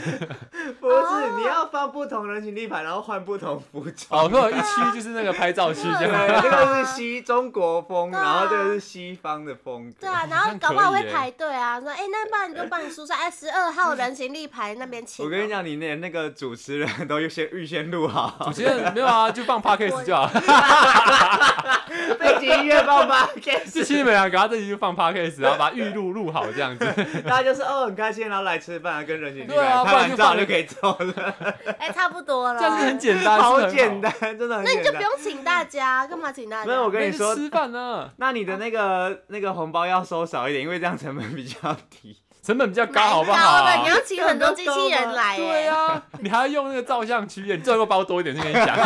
Speaker 3: 不是，你要放不同人形立牌，然后换不同服装。
Speaker 2: 哦，会有一区就是那个拍照区这
Speaker 3: 对，
Speaker 1: 啊
Speaker 2: 样。
Speaker 3: 这个是西中国风，
Speaker 1: 对啊
Speaker 3: 然后这个是西方的风格
Speaker 1: 对。啊，然
Speaker 2: 好
Speaker 1: 后
Speaker 2: 像
Speaker 1: 搞不好
Speaker 2: 可以
Speaker 1: 会
Speaker 2: 耶
Speaker 1: 排队啊，说哎、那不然你就帮你疏散，哎，十二号人行立牌那边请哦。
Speaker 3: 我跟你讲，你连那个主持人都预先预先录好
Speaker 2: 主，持人没有啊，就放 podcast 就好了。
Speaker 3: 背景音乐放 吧，
Speaker 2: 是其实你们两个，啊他这集就放 podcast，然后把预录录好这样子。
Speaker 3: 大家就是哦很开心，然后来吃饭，跟人形立
Speaker 2: 对
Speaker 3: 牌
Speaker 2: 啊
Speaker 3: 拍
Speaker 2: 不然就
Speaker 3: 完照
Speaker 2: 放
Speaker 3: 就可以走 了，
Speaker 1: 哎、差不多了，
Speaker 2: 这样子很简单，
Speaker 3: 好
Speaker 2: 是不是很
Speaker 3: 简。单，真的很
Speaker 1: 那你
Speaker 3: 简
Speaker 1: 就不
Speaker 3: 单。
Speaker 1: 用请大家，干嘛请大家？
Speaker 3: 没有，我跟
Speaker 2: 跟
Speaker 3: 你
Speaker 2: 你
Speaker 3: 说
Speaker 2: 说，吃饭呢，
Speaker 3: 那你的那个那个红包要收少一点，因为这样成本比较低。
Speaker 2: 成本比较高，
Speaker 1: 蛮
Speaker 2: 好不
Speaker 1: 高的，你
Speaker 2: 好？
Speaker 1: 要请很多机器人来、
Speaker 2: 对
Speaker 1: 哎，
Speaker 2: 呀， 你还要用那个照相区耶，你最后包多一点，就跟你讲。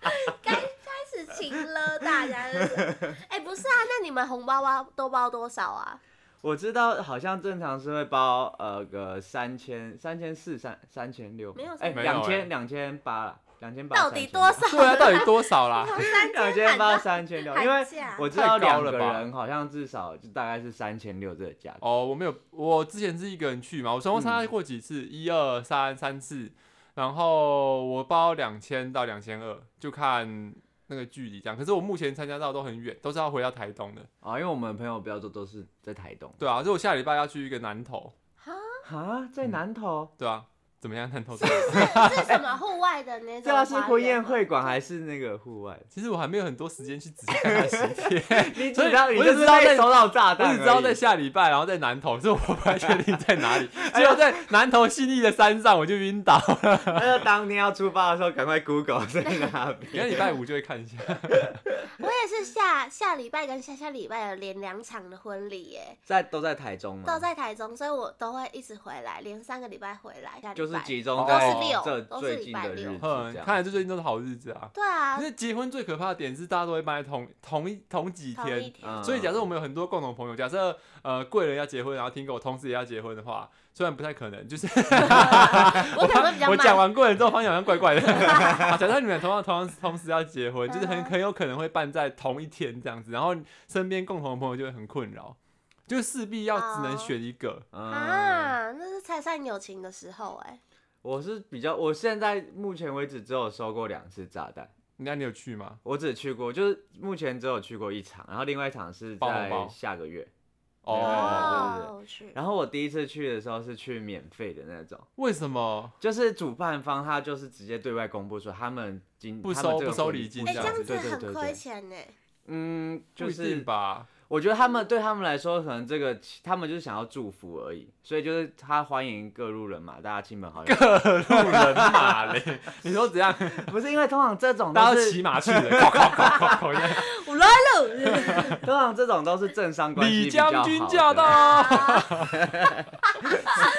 Speaker 1: 开始请了大家。 就是哎、不是啊，那你们红包包都包多少啊？
Speaker 3: 我知道，好像正常是会包呃个三千、三千四、三三千六，
Speaker 1: 没有
Speaker 3: 哎
Speaker 2: 没有
Speaker 3: 两
Speaker 2: 哎
Speaker 3: 千两千八了，两千八
Speaker 1: 到底多？少？
Speaker 2: 对啊，到底多少啦？
Speaker 1: 三
Speaker 3: 两
Speaker 1: 千
Speaker 3: 千
Speaker 1: 喊
Speaker 3: 八
Speaker 1: 到
Speaker 3: 三千六，
Speaker 1: 喊
Speaker 3: 因为
Speaker 1: 价
Speaker 3: 我知道
Speaker 2: 太高
Speaker 3: 两
Speaker 2: 了
Speaker 3: 个
Speaker 2: 吧
Speaker 3: 人好像至少就大概是三千六这个价格。
Speaker 2: 哦，我没有，我之前是一个人去嘛，我总共参加过几次，一二三三次，然后我包两千到两千二，就看那个距离这样。可是我目前参加到都很远，都是要回到台东的。
Speaker 3: 啊、因为我们朋友比较多都是在台东
Speaker 2: 对啊，所以我下礼拜要去一个南投，
Speaker 3: 啊，在南投。
Speaker 2: 对啊，怎么样？南投？
Speaker 1: 啊是是什么户外的那种？
Speaker 3: 这要啊是婚宴会馆还是那个户外？
Speaker 2: 其实我还没有很多时间去仔细看它的实体，
Speaker 3: 你只
Speaker 2: 所以
Speaker 3: 知道，你
Speaker 2: 我只
Speaker 3: 就是
Speaker 2: 知道
Speaker 3: 被
Speaker 2: 在
Speaker 3: 收到炸
Speaker 2: 我
Speaker 3: 弹而已，
Speaker 2: 只知道在下礼拜，然后在南投，所以我不太确定在哪 里。
Speaker 3: 哎
Speaker 2: 结果在南投信义的山上，我就晕倒。
Speaker 3: 那就当天要出发的时候，赶快 Google 在哪
Speaker 2: 明天
Speaker 3: 边。
Speaker 2: 礼拜五就会看一 下。
Speaker 1: 我也是下下礼拜跟下下礼拜有连两场的婚礼耶，
Speaker 3: 在都在台中吗？
Speaker 1: 都在台中，所以我都会一直回来，连三个礼拜回来。下礼拜
Speaker 3: 就是集中
Speaker 2: 都是
Speaker 3: 在
Speaker 1: 六
Speaker 3: 这
Speaker 1: 都是
Speaker 3: 最
Speaker 1: 礼
Speaker 3: 近
Speaker 1: 拜
Speaker 3: 的
Speaker 1: 六
Speaker 3: 日子
Speaker 2: 嗯
Speaker 3: 这，样。
Speaker 2: 看来这最近都是好日子啊。
Speaker 1: 对啊
Speaker 2: 可，是结婚最可怕的点是大家都会搬在同同一同几
Speaker 1: 同一
Speaker 2: 天，
Speaker 1: 天。
Speaker 2: 啊
Speaker 3: 嗯
Speaker 2: 所以假设我们有很多共同朋友，假设呃贵人要结婚，然后听狗同时也要结婚的话，虽然不太可能，就是
Speaker 1: 我可能会比较
Speaker 2: 我讲
Speaker 1: 慢。
Speaker 2: 完贵人之后，发现好像怪 怪的。啊假设你们同样同样同时要结婚，就是很
Speaker 1: 嗯哼
Speaker 2: 很有可能会办在同一天这样子，然后身边共同的朋友就会很困扰，就势必要只能
Speaker 1: 哦
Speaker 2: 选一个。
Speaker 3: 嗯，
Speaker 1: 啊，那是拆散友情的时候哎、
Speaker 3: 我是比较，我现在目前为止只有收过两次炸弹，
Speaker 2: 那你有去吗？
Speaker 3: 我只去过，就是目前只有去过一场，然后另外一场是
Speaker 2: 包红
Speaker 3: 在
Speaker 2: 包
Speaker 3: 下个月。对
Speaker 2: 哦，
Speaker 3: 对对对
Speaker 1: 哦，是
Speaker 3: 然后我第一次去的时候是去免费的那种，
Speaker 2: 为什么？
Speaker 3: 就是主办方他就是直接对外公布说他们今
Speaker 2: 不
Speaker 3: 他们
Speaker 2: 收
Speaker 3: 这个
Speaker 2: 不收
Speaker 3: 婚礼
Speaker 2: 礼金
Speaker 1: 哎、
Speaker 3: 不
Speaker 1: 这
Speaker 3: 收
Speaker 1: 样
Speaker 2: 子
Speaker 1: 子
Speaker 3: 对对
Speaker 1: 很
Speaker 3: 对
Speaker 1: 亏
Speaker 3: 对，
Speaker 1: 钱呢、
Speaker 3: 嗯，就
Speaker 2: 不一定
Speaker 3: 是
Speaker 2: 吧。
Speaker 3: 我觉得他们对他们来说，可能这个他们就是想要祝福而已，所以就是他欢迎各路人嘛，大家亲朋好友。
Speaker 2: 路人马嘞， 你说怎样？
Speaker 3: 不是因为通常这种
Speaker 2: 大家
Speaker 3: 都
Speaker 2: 都
Speaker 3: 是
Speaker 2: 骑马去 的，靠靠靠靠靠
Speaker 1: 我来了，
Speaker 3: 通常这种都是政商关系
Speaker 2: 李
Speaker 3: 比较好的
Speaker 2: 将军驾到，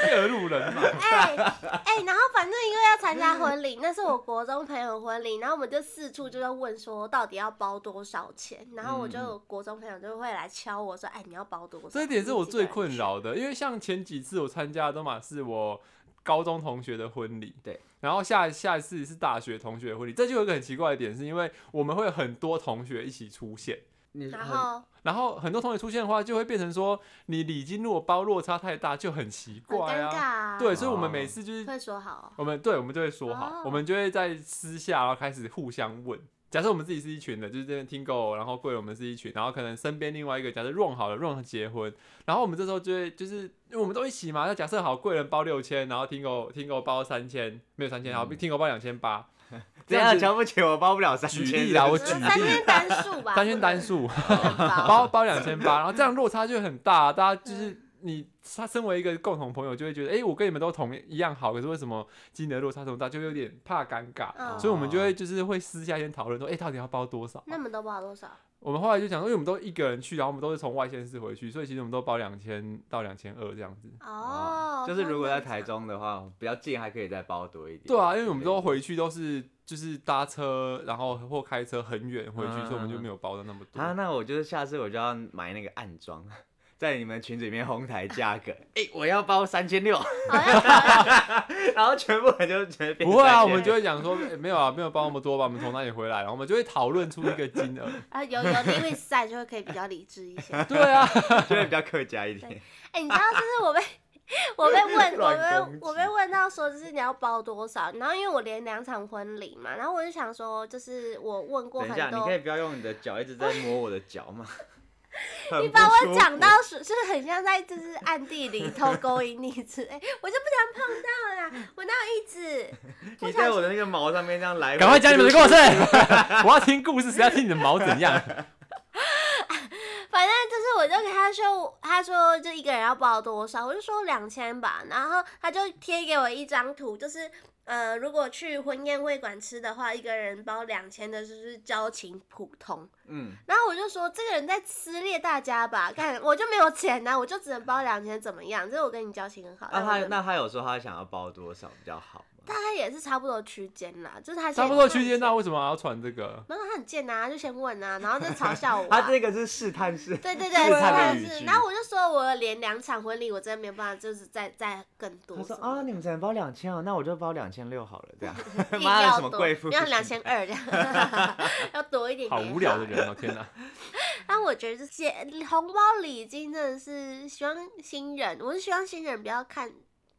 Speaker 2: 各路人 马。
Speaker 1: 哎哎、然后反正因为要参加婚礼，那是我国中朋友婚礼，然后我们就四处就在问说到底要包多少钱，然后我就有国中朋友就会来敲我说，哎、你要包多少？
Speaker 2: 嗯这一点是我最困
Speaker 1: 你几个人去。
Speaker 2: 扰的，因为像前几次我参加的都嘛是我高中同学的婚礼，
Speaker 3: 对，
Speaker 2: 然后下下一次是大学同学的婚礼，这就有一个很奇怪的点，是因为我们会有很多同学一起出现。
Speaker 3: 你
Speaker 1: 然
Speaker 3: 很
Speaker 1: 后
Speaker 2: 然后很多同学出现的话，就会变成说你礼金如果包落差太大就很奇
Speaker 1: 很
Speaker 2: 怪
Speaker 1: 尴尬、
Speaker 2: 啊。
Speaker 1: 啊，
Speaker 2: 对，所以我们每次就是
Speaker 1: 会说好、啊
Speaker 2: 我们对，我们就会说好，
Speaker 1: 哦
Speaker 2: 我们就会在私下，然后开始互相问。假设我们自己是一群的，就是这边听够，然后贵人我们是一群，然后可能身边另外一个，假设 Ron 好了，Ron 结婚，然后我们这时候就会就是因为我们都一起嘛，那假设好贵人包六千，然后听够听够包三千，没有三千，好听够包两千八，
Speaker 3: 这样瞧不起我，包不了三千。
Speaker 2: 举例啦我
Speaker 1: 哦
Speaker 2: 举例
Speaker 1: 三天单数吧，
Speaker 2: 三千单数，
Speaker 1: 不能包
Speaker 2: 包包两千八，然后这样落差就很大，大家就是你他身为一个共同朋友，就会觉得，哎、我跟你们都同一样好，可是为什么金额落差这么大，就有点怕尴尬，
Speaker 1: 嗯
Speaker 2: 所以我们就会就是会私下先讨论说，哎、到底要包多少啊、
Speaker 1: 那么都包多少？
Speaker 2: 我们后来就讲说，因为我们都一个人去，然后我们都是从外县市回去，所以其实我们都包两千到两千二这样子。
Speaker 1: 哦，
Speaker 3: 就是如果
Speaker 1: 这
Speaker 3: 在
Speaker 1: 样
Speaker 3: 台
Speaker 1: 子啊，
Speaker 3: 中的话，比较近还可以再包多一点。
Speaker 2: 对啊，因为我们都回去都是就是搭车，然后或开车很远回去，
Speaker 3: 嗯
Speaker 2: 所以我们就没有包的那么多。
Speaker 3: 啊，那我就是下次我就要买那个暗装，在你们群组里面哄抬价 格。哎、我要包三千六，
Speaker 1: 好像可以
Speaker 3: 然后全部人就觉得
Speaker 2: 不会啊，
Speaker 3: 3600
Speaker 2: 我们就会讲说、诶没有啊，没有包那么多吧，我们从哪里回来，然后我们就会讨论出一个金额。
Speaker 1: 啊，有有 Lewis 在就会可以比较理智一些。
Speaker 2: 对啊，
Speaker 3: 就会比较客家一点
Speaker 1: 对。哎、你知道，就是我被我被问，
Speaker 3: 乱
Speaker 1: 我
Speaker 3: 攻
Speaker 1: 被
Speaker 3: 击
Speaker 1: 我被问到说，就是你要包多少？然后因为我连两场婚礼嘛，然后我就想说，就是我问过
Speaker 3: 等
Speaker 1: 很
Speaker 3: 一下，你
Speaker 1: 多
Speaker 3: 可以，不要用你的脚一直在摸我的 脚吗？
Speaker 1: 你
Speaker 3: 很不
Speaker 1: 把
Speaker 3: 舒
Speaker 1: 我
Speaker 3: 服
Speaker 1: 讲到是就是很像在就是暗地 里偷勾引你之类，我就不想碰到啦，我哪有一直
Speaker 3: 你在我的那个毛上面这样来回，
Speaker 2: 赶快讲你们的故事， 我要听故事，谁要听你的毛怎样？
Speaker 1: 反正就是，我就给他说，他说就一个人要包多少，我就说两千吧，然后他就贴给我一张图，就是呃，如果去婚宴会馆吃的话，一个人包两千的就是交情普通。
Speaker 3: 嗯，
Speaker 1: 然后我就说这个人在撕裂大家 吧，看我就没有钱呐、我就只能包两千，怎么样？这是我跟你交情很好，
Speaker 3: 那
Speaker 1: 但我
Speaker 3: 啊他
Speaker 1: 觉得
Speaker 3: 那他有说他想要包多少比较好吗？
Speaker 1: 大概也是差不多区间啦，就是他
Speaker 2: 差不多区间，那为什么还要传这个？
Speaker 1: 然后他很贱呐、他就先问呐、 然后就嘲笑我、
Speaker 3: 他
Speaker 1: 啊。
Speaker 3: 这个是试探式，
Speaker 1: 对对
Speaker 3: 试
Speaker 1: 对，
Speaker 3: 探的
Speaker 1: 他
Speaker 3: 语
Speaker 1: 是。
Speaker 3: 句
Speaker 1: 然后我就说，我连两场婚礼，我真的没有办法，就是再再更多
Speaker 3: 他
Speaker 1: 什
Speaker 3: 说
Speaker 1: 么
Speaker 3: 啊，
Speaker 1: 的。
Speaker 3: 你们只能包两千哦，那我就包两千六好了， 这样。
Speaker 1: 硬
Speaker 3: 妈的，
Speaker 1: 要
Speaker 3: 什么
Speaker 1: 多
Speaker 3: 贵妇？
Speaker 1: 要两千二这样， 要多一点。
Speaker 2: 好无聊的。 人哦、天哪！
Speaker 1: 但我觉得这些红包礼金真的是希望新人，我是希望新人不要看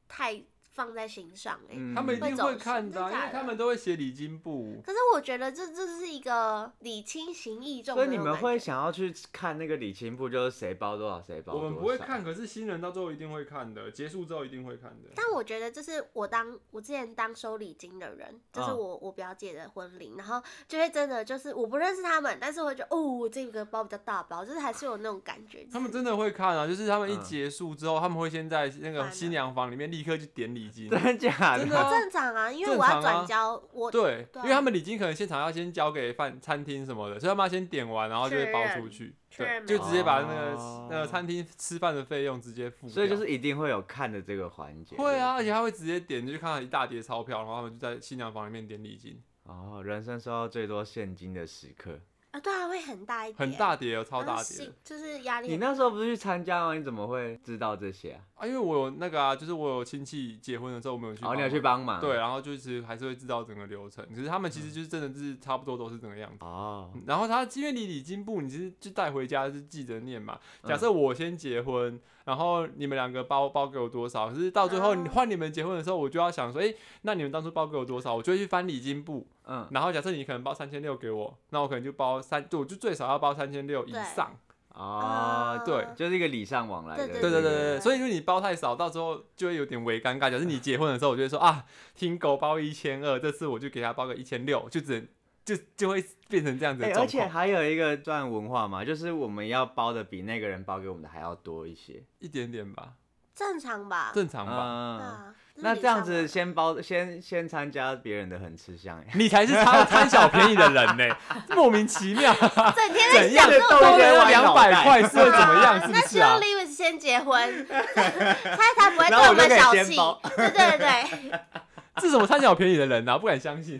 Speaker 1: 太放在心上哎、
Speaker 3: 嗯
Speaker 2: 他们一定会看的啊、
Speaker 1: 会走心真的假
Speaker 2: 因
Speaker 1: 的
Speaker 2: 为他们都会写礼金簿。
Speaker 1: 可是我觉得这这是一个礼轻情意重
Speaker 3: 所
Speaker 1: 的那
Speaker 3: 以你
Speaker 1: 种感觉，
Speaker 3: 们会想要去看那个礼清簿，就是谁包多少，谁包多
Speaker 2: 我
Speaker 3: 少。
Speaker 2: 们不会看，。可是新人到最后一定会看的，结束之后一定会看的。
Speaker 1: 但我觉得，就是我当我之前当收礼金的人，就是
Speaker 3: 嗯
Speaker 1: 我、我表姐的婚礼，然后就会真的就是我不认识他们，但是我会觉得哦，这个包比较大包，就是还是有那种感觉。
Speaker 2: 他们
Speaker 1: 就是
Speaker 2: 真的会看啊，就是他们一
Speaker 3: 嗯
Speaker 2: 结束之后，他们会先在那
Speaker 1: 完
Speaker 2: 个
Speaker 1: 了
Speaker 2: 新娘房里面立刻去点礼金。
Speaker 3: 真的假
Speaker 2: 真的啊
Speaker 1: 正常啊，因为
Speaker 2: 正
Speaker 1: 我
Speaker 2: 常
Speaker 1: 要
Speaker 2: 啊
Speaker 1: 转交，我
Speaker 2: 对，
Speaker 1: 对啊
Speaker 2: 因为他们礼金可能现场要先交给饭餐厅什么的，所以他们要先点完，然后就会包出去，
Speaker 1: 确
Speaker 2: 对，
Speaker 1: 认
Speaker 2: 就直接把那个、
Speaker 3: 哦
Speaker 2: 那个餐厅吃饭的费用直接付掉。
Speaker 3: 所以就是一定会有看的这个环节。
Speaker 2: 会啊，而且他会直接点，就看到一大叠钞票，然后他们就在新娘房里面点礼金，
Speaker 3: 对不对。哦，人生收到最多现金的时刻，
Speaker 1: 啊，对啊，会很大一点，
Speaker 2: 很大叠哦，超
Speaker 1: 然后
Speaker 2: 大叠
Speaker 1: 心，啊就是压力
Speaker 3: 你
Speaker 1: 很。
Speaker 3: 那时候不是去参加吗？你怎么会知道这些啊？
Speaker 2: 啊！因为我有那个啊，就是我有亲戚结婚的时候，我没有去，
Speaker 3: 哦，你有去帮忙。嗯
Speaker 2: 对，。啊然后就其实还是会知道整个流程，可是他们其实就是真的是差不多都是这个样子。
Speaker 3: 哦，
Speaker 2: 嗯然后他因为你礼金簿，你是就带回家是记着念嘛。假
Speaker 3: 嗯
Speaker 2: 设我先结婚，然后你们两个包包给我多少，可是到最后
Speaker 1: 哦
Speaker 2: 你换你们结婚的时候，我就要想说，诶，那你们当初包给我多少，我就会去翻礼金簿。
Speaker 3: 嗯，
Speaker 2: 然后假设你可能包三千六给我，那我可能就包三，就我就最少要包三千六以
Speaker 1: 对
Speaker 2: 上。
Speaker 3: 哦，
Speaker 2: 对
Speaker 1: 啊
Speaker 3: 就是一个礼尚往来的。
Speaker 1: 对
Speaker 2: 对对对对对，
Speaker 1: 对
Speaker 2: 所以如果你包太少，到时候就会有点微尴尬。假设你结婚的时候，我就会说啊，听狗包一千二，这次我就给他包个一千六，就只能就就会变成这样子的
Speaker 3: 哎
Speaker 2: 状
Speaker 3: 而且
Speaker 2: 况。
Speaker 3: 还有一个段文化嘛，就是我们要包的比那个人包给我们的还要多一些。
Speaker 2: 一点点吧，
Speaker 1: 正常吧？
Speaker 2: 正常吧。
Speaker 1: 对
Speaker 3: 嗯，
Speaker 1: 啊，
Speaker 3: 那
Speaker 1: 是
Speaker 3: 这样
Speaker 1: 礼尚往
Speaker 3: 子
Speaker 1: 来
Speaker 3: 先包先先参加别人的很吃香哎。
Speaker 2: 你才是贪贪小便宜的人呢、莫名其妙，
Speaker 1: 整天在
Speaker 2: 怎样
Speaker 1: 哎想这种
Speaker 2: 都
Speaker 1: 东西
Speaker 3: 一些
Speaker 2: 要
Speaker 3: 歪
Speaker 2: 两
Speaker 3: 脑
Speaker 2: 百
Speaker 3: 袋
Speaker 2: 块是会怎么样？是不
Speaker 1: 那希
Speaker 2: 是
Speaker 1: 望
Speaker 2: 啊？
Speaker 1: Lewis 先结 婚，他才不会对
Speaker 3: 然后我就
Speaker 1: 们
Speaker 3: 可以
Speaker 1: 小
Speaker 3: 先
Speaker 1: 气。
Speaker 3: 包
Speaker 1: 对对对，
Speaker 2: 这什么贪小便宜的人啊？不敢相信，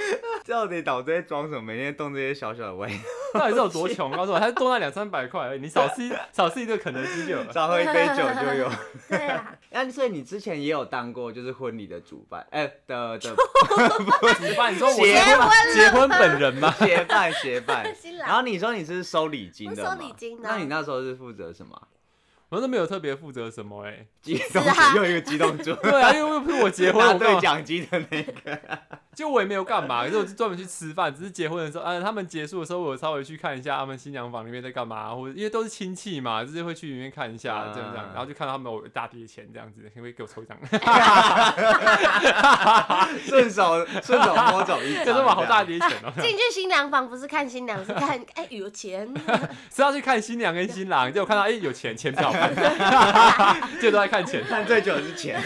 Speaker 3: 到底脑子在装什么？每天动这些小小的歪，
Speaker 2: 到底是有多穷？告诉我，他多那两三百块而已，你少吃一 少吃一顿肯德基就有了。
Speaker 3: 少喝一杯酒就有。
Speaker 1: 对啊，。
Speaker 3: 那所以你之前也有当过就是婚礼的主办，哎、的的
Speaker 2: 你爸，你说我
Speaker 3: 结
Speaker 2: 是
Speaker 3: 婚 了
Speaker 2: 结婚本人吗？
Speaker 3: 协办协 办
Speaker 1: 新郎
Speaker 3: 然后你说你是收礼金
Speaker 1: 我
Speaker 3: 的嘛
Speaker 1: 收礼金的啊
Speaker 3: 那你那时候是负责什么啊？
Speaker 2: 我都没有特别负责什么哎、
Speaker 3: 激动
Speaker 1: 是啊
Speaker 3: 又一个激动猪，
Speaker 2: 对啊，因为又不是我结婚，
Speaker 3: 拿
Speaker 2: 我干
Speaker 3: 对
Speaker 2: 嘛？
Speaker 3: 讲机的那个。
Speaker 2: 就我也没有干嘛，可是我就专门去吃饭，只是结婚的时候，啊，他们结束的时候，我稍微去看一下他们新娘房里面在干嘛，或者因为都是亲戚嘛，就是会去里面看一下，这样这样，然后就看到他们有一大叠钱这样子，可不可以给我抽一张？
Speaker 3: 顺手顺手摸走 一张，
Speaker 2: 可是我好大叠钱哦、
Speaker 1: 进去新娘房不是看新娘，是看哎有钱，
Speaker 2: 是要去看新娘跟新郎，结果看到哎、有钱，钱票， 结果都在看钱，
Speaker 3: 看最久的是钱。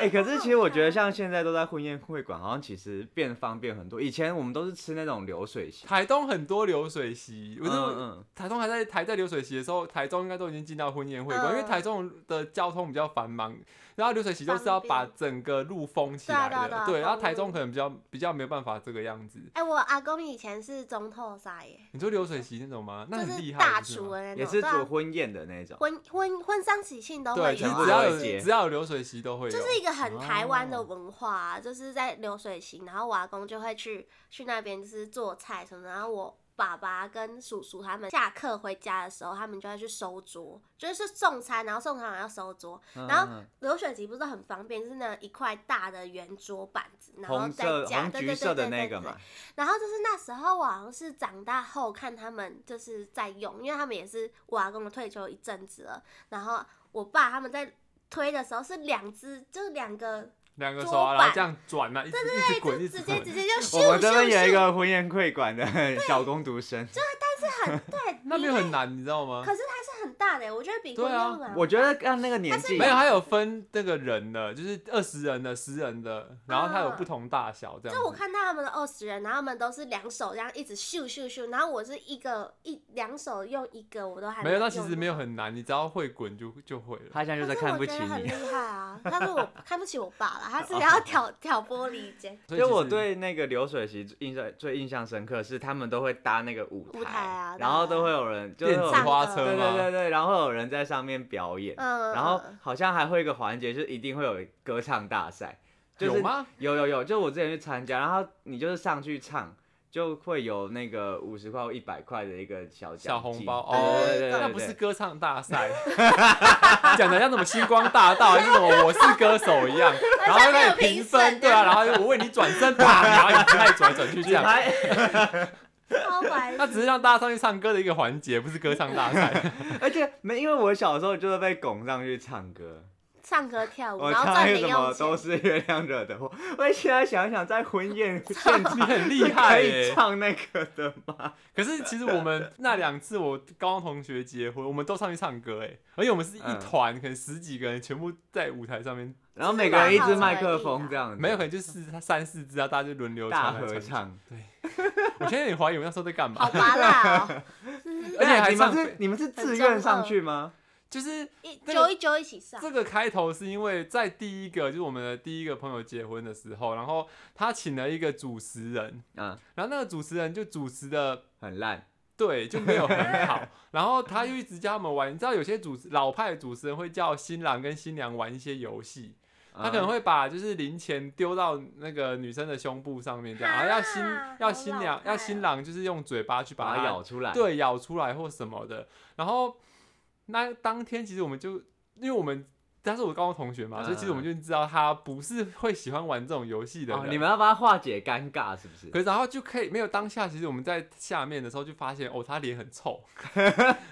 Speaker 3: 哎、可是其实我觉得，像现在都在婚宴会馆，好像其实变方便很多。以前我们都是吃那种流水席，
Speaker 2: 台东很多流水席，我就、
Speaker 3: 嗯
Speaker 2: 台中还在台在流水席的时候，台中应该都已经进到婚宴会馆，
Speaker 1: 嗯
Speaker 2: 因为台中的交通比较繁忙，然后流水席都是要把整个路封起来
Speaker 1: 对啊对啊对
Speaker 2: 的，
Speaker 1: 啊
Speaker 2: 对，然后
Speaker 1: 封
Speaker 2: 台中
Speaker 1: 路
Speaker 2: 可能比较比较没有办法这个样子。
Speaker 1: 哎、我阿公以前是中透塞耶，
Speaker 2: 你说流水席那种吗？
Speaker 1: 就
Speaker 2: 那很
Speaker 1: 是
Speaker 2: 厉
Speaker 1: 大
Speaker 2: 害，不是
Speaker 1: 厨
Speaker 2: 吗
Speaker 1: 的那种，
Speaker 3: 也是
Speaker 1: 对啊
Speaker 3: 做婚宴的那种。
Speaker 1: 婚婚婚丧喜庆都
Speaker 2: 对，
Speaker 1: 会
Speaker 2: 就
Speaker 1: 有啊，
Speaker 2: 是只要
Speaker 3: 都
Speaker 2: 有
Speaker 3: 会接
Speaker 2: 只要有流水席都会有
Speaker 1: 就。是一个很台湾的
Speaker 2: 哦
Speaker 1: 文化、啊，就是在流水席，然后我阿公就会去去那边就是做菜什么的，然后我爸爸跟叔叔他们下课回家的时候，他们就会去收桌，就是送餐，然后送餐完要收桌。然后
Speaker 3: 嗯
Speaker 1: 流水席不是很方便，就是那一块大的圆桌板子，然后
Speaker 3: 红
Speaker 1: 再
Speaker 3: 色、
Speaker 1: 加
Speaker 3: 红
Speaker 1: 对
Speaker 3: 橘
Speaker 1: 对
Speaker 3: 色
Speaker 1: 对对
Speaker 3: 的那
Speaker 1: 对
Speaker 3: 个
Speaker 1: 对
Speaker 3: 嘛，。
Speaker 1: 然后就是那时候我好像是长大后看他们就是在用，因为他们也是我阿公退休一阵子了，然后我爸他们在推的时候是两只，就是两个
Speaker 2: 两个
Speaker 1: 桌
Speaker 2: 手啊，然后
Speaker 1: 板
Speaker 2: 这样转啊，一直一直滚，一直
Speaker 1: 直接
Speaker 2: 滚
Speaker 1: 直。接就咻
Speaker 3: 我们这
Speaker 1: 咻
Speaker 3: 边有一
Speaker 1: 咻，
Speaker 3: 个婚宴会馆的
Speaker 1: 啊
Speaker 3: 小工读生，
Speaker 1: 对，
Speaker 2: 那边很难，你知道吗？
Speaker 1: 可是它是很大的，我觉得比
Speaker 2: 对
Speaker 1: 婚
Speaker 2: 啊
Speaker 1: 宴会馆
Speaker 3: 啊我觉得按那个年纪
Speaker 2: 没有，还有分那个人的，就是二十人的、十人的，然后它有不同大小这样子。
Speaker 1: 就嗯我看到他们的二十人，然后他们都是两手这样一直咻咻咻，然后我是一个一两手用一个，我都还
Speaker 2: 没有，那其实
Speaker 1: 用
Speaker 2: 没有很难，你只要会滚就就会了。
Speaker 3: 他现在就
Speaker 1: 过。可
Speaker 3: 在
Speaker 1: 是
Speaker 3: 看
Speaker 1: 我
Speaker 3: 不
Speaker 1: 觉
Speaker 3: 起
Speaker 1: 得很
Speaker 3: 你 哦
Speaker 1: 厉。害啊！他说我看不起我爸了，他是要挑挑拨离间。
Speaker 2: 所以
Speaker 3: 就
Speaker 2: 其
Speaker 3: 我
Speaker 2: 实
Speaker 3: 对那个流水席印象最印象深刻是他们都会搭那个舞
Speaker 1: 舞台啊
Speaker 3: 然后都会有人就是
Speaker 2: 电
Speaker 3: 会有
Speaker 2: 子
Speaker 1: 上
Speaker 2: 花
Speaker 1: 的
Speaker 2: 车
Speaker 3: 对对
Speaker 2: 嘛，
Speaker 3: 对对，然后会有人在上面表演，
Speaker 1: 嗯，
Speaker 3: 然后
Speaker 1: 嗯
Speaker 3: 好像还会有一个环节，就是一定会有歌唱大赛，就是
Speaker 2: 有吗？
Speaker 3: 有有有，就我之前去参加，然后你就是上去唱，就会有那个五十块或一百块的一个小奖
Speaker 2: 小红
Speaker 3: 金
Speaker 2: 包哦
Speaker 3: 对对对对对对，
Speaker 2: 那不是歌唱大 赛，讲的像什么星光大道还是什么我是歌手一 样，然后
Speaker 1: 下面
Speaker 2: 开
Speaker 1: 有
Speaker 2: 始评
Speaker 1: 评审
Speaker 2: 分，对啊，然后我为你转身，啪，然后一直开始转来转去这
Speaker 3: 举
Speaker 2: 样。
Speaker 3: 牌，
Speaker 1: 嗯超白
Speaker 2: 那只是让大家上去唱歌的一个环节，不是歌唱大 赛。
Speaker 3: 而且没，因为我小时候就是被拱上去唱歌，
Speaker 1: 唱歌跳舞，
Speaker 3: 我
Speaker 1: 然后
Speaker 3: 唱
Speaker 1: 赚
Speaker 3: 那个
Speaker 1: 零
Speaker 3: 什么
Speaker 1: 用
Speaker 3: 都
Speaker 1: 钱。
Speaker 3: 是月亮惹的祸，我现在想一想，在婚宴现
Speaker 2: 你
Speaker 3: 场
Speaker 2: 很厉
Speaker 3: 是
Speaker 2: 害
Speaker 3: 可
Speaker 2: 耶、
Speaker 3: 以唱那个的吗？
Speaker 2: 可是其实我们那两次我高中同学结婚，我们都上去唱歌哎、而且我们是一
Speaker 3: 嗯
Speaker 2: 团，可能十几个人全部在舞台上面，
Speaker 3: 然后每个人一支麦克
Speaker 1: 这是蛮好的回忆啊
Speaker 3: 风这样子，
Speaker 2: 没有可能就是三四支啊，大家就轮流
Speaker 3: 大
Speaker 2: 唱来唱
Speaker 3: 合
Speaker 2: 去。
Speaker 3: 唱。
Speaker 2: 我现在有点怀疑我那时候在干嘛
Speaker 1: 好，拔辣哦，
Speaker 2: 而且还
Speaker 3: 你们
Speaker 2: 唱，
Speaker 3: 是你们是自愿上去吗？
Speaker 2: 就是
Speaker 1: 一
Speaker 2: 那个
Speaker 1: 揪一揪一起上，
Speaker 2: 这个开头是因为在第一个就是我们的第一个朋友结婚的时候，然后他请了一个主持人，
Speaker 3: 嗯，
Speaker 2: 然后那个主持人就主持的
Speaker 3: 很烂。
Speaker 2: 对，就没有很好。 然后他又一直叫他们玩，你知道有些主持老派的主持人会叫新郎跟新娘玩一些游戏，他可能
Speaker 1: 嗯
Speaker 3: 会
Speaker 2: 会把就是零钱丢到那个女生的胸部上面，这样，然后要新
Speaker 1: 啊
Speaker 2: 要
Speaker 1: 好
Speaker 2: 新
Speaker 1: 老
Speaker 2: 娘
Speaker 1: 派
Speaker 2: 要
Speaker 1: 哦
Speaker 2: 新郎就是用嘴巴去
Speaker 3: 把
Speaker 2: 把
Speaker 3: 它
Speaker 2: 它
Speaker 3: 咬出来。，
Speaker 2: 对，咬出来或什么的。然后那当天其实我们就，因为我们他是我高中同学嘛，所以其实我们就知道他不是会喜欢玩这种游戏的人。
Speaker 3: 嗯哦，你们要帮他化解尴尬是不是？
Speaker 2: 可是然后就可以没有当下，其实我们在下面的时候就发现，哦，他脸很 臭，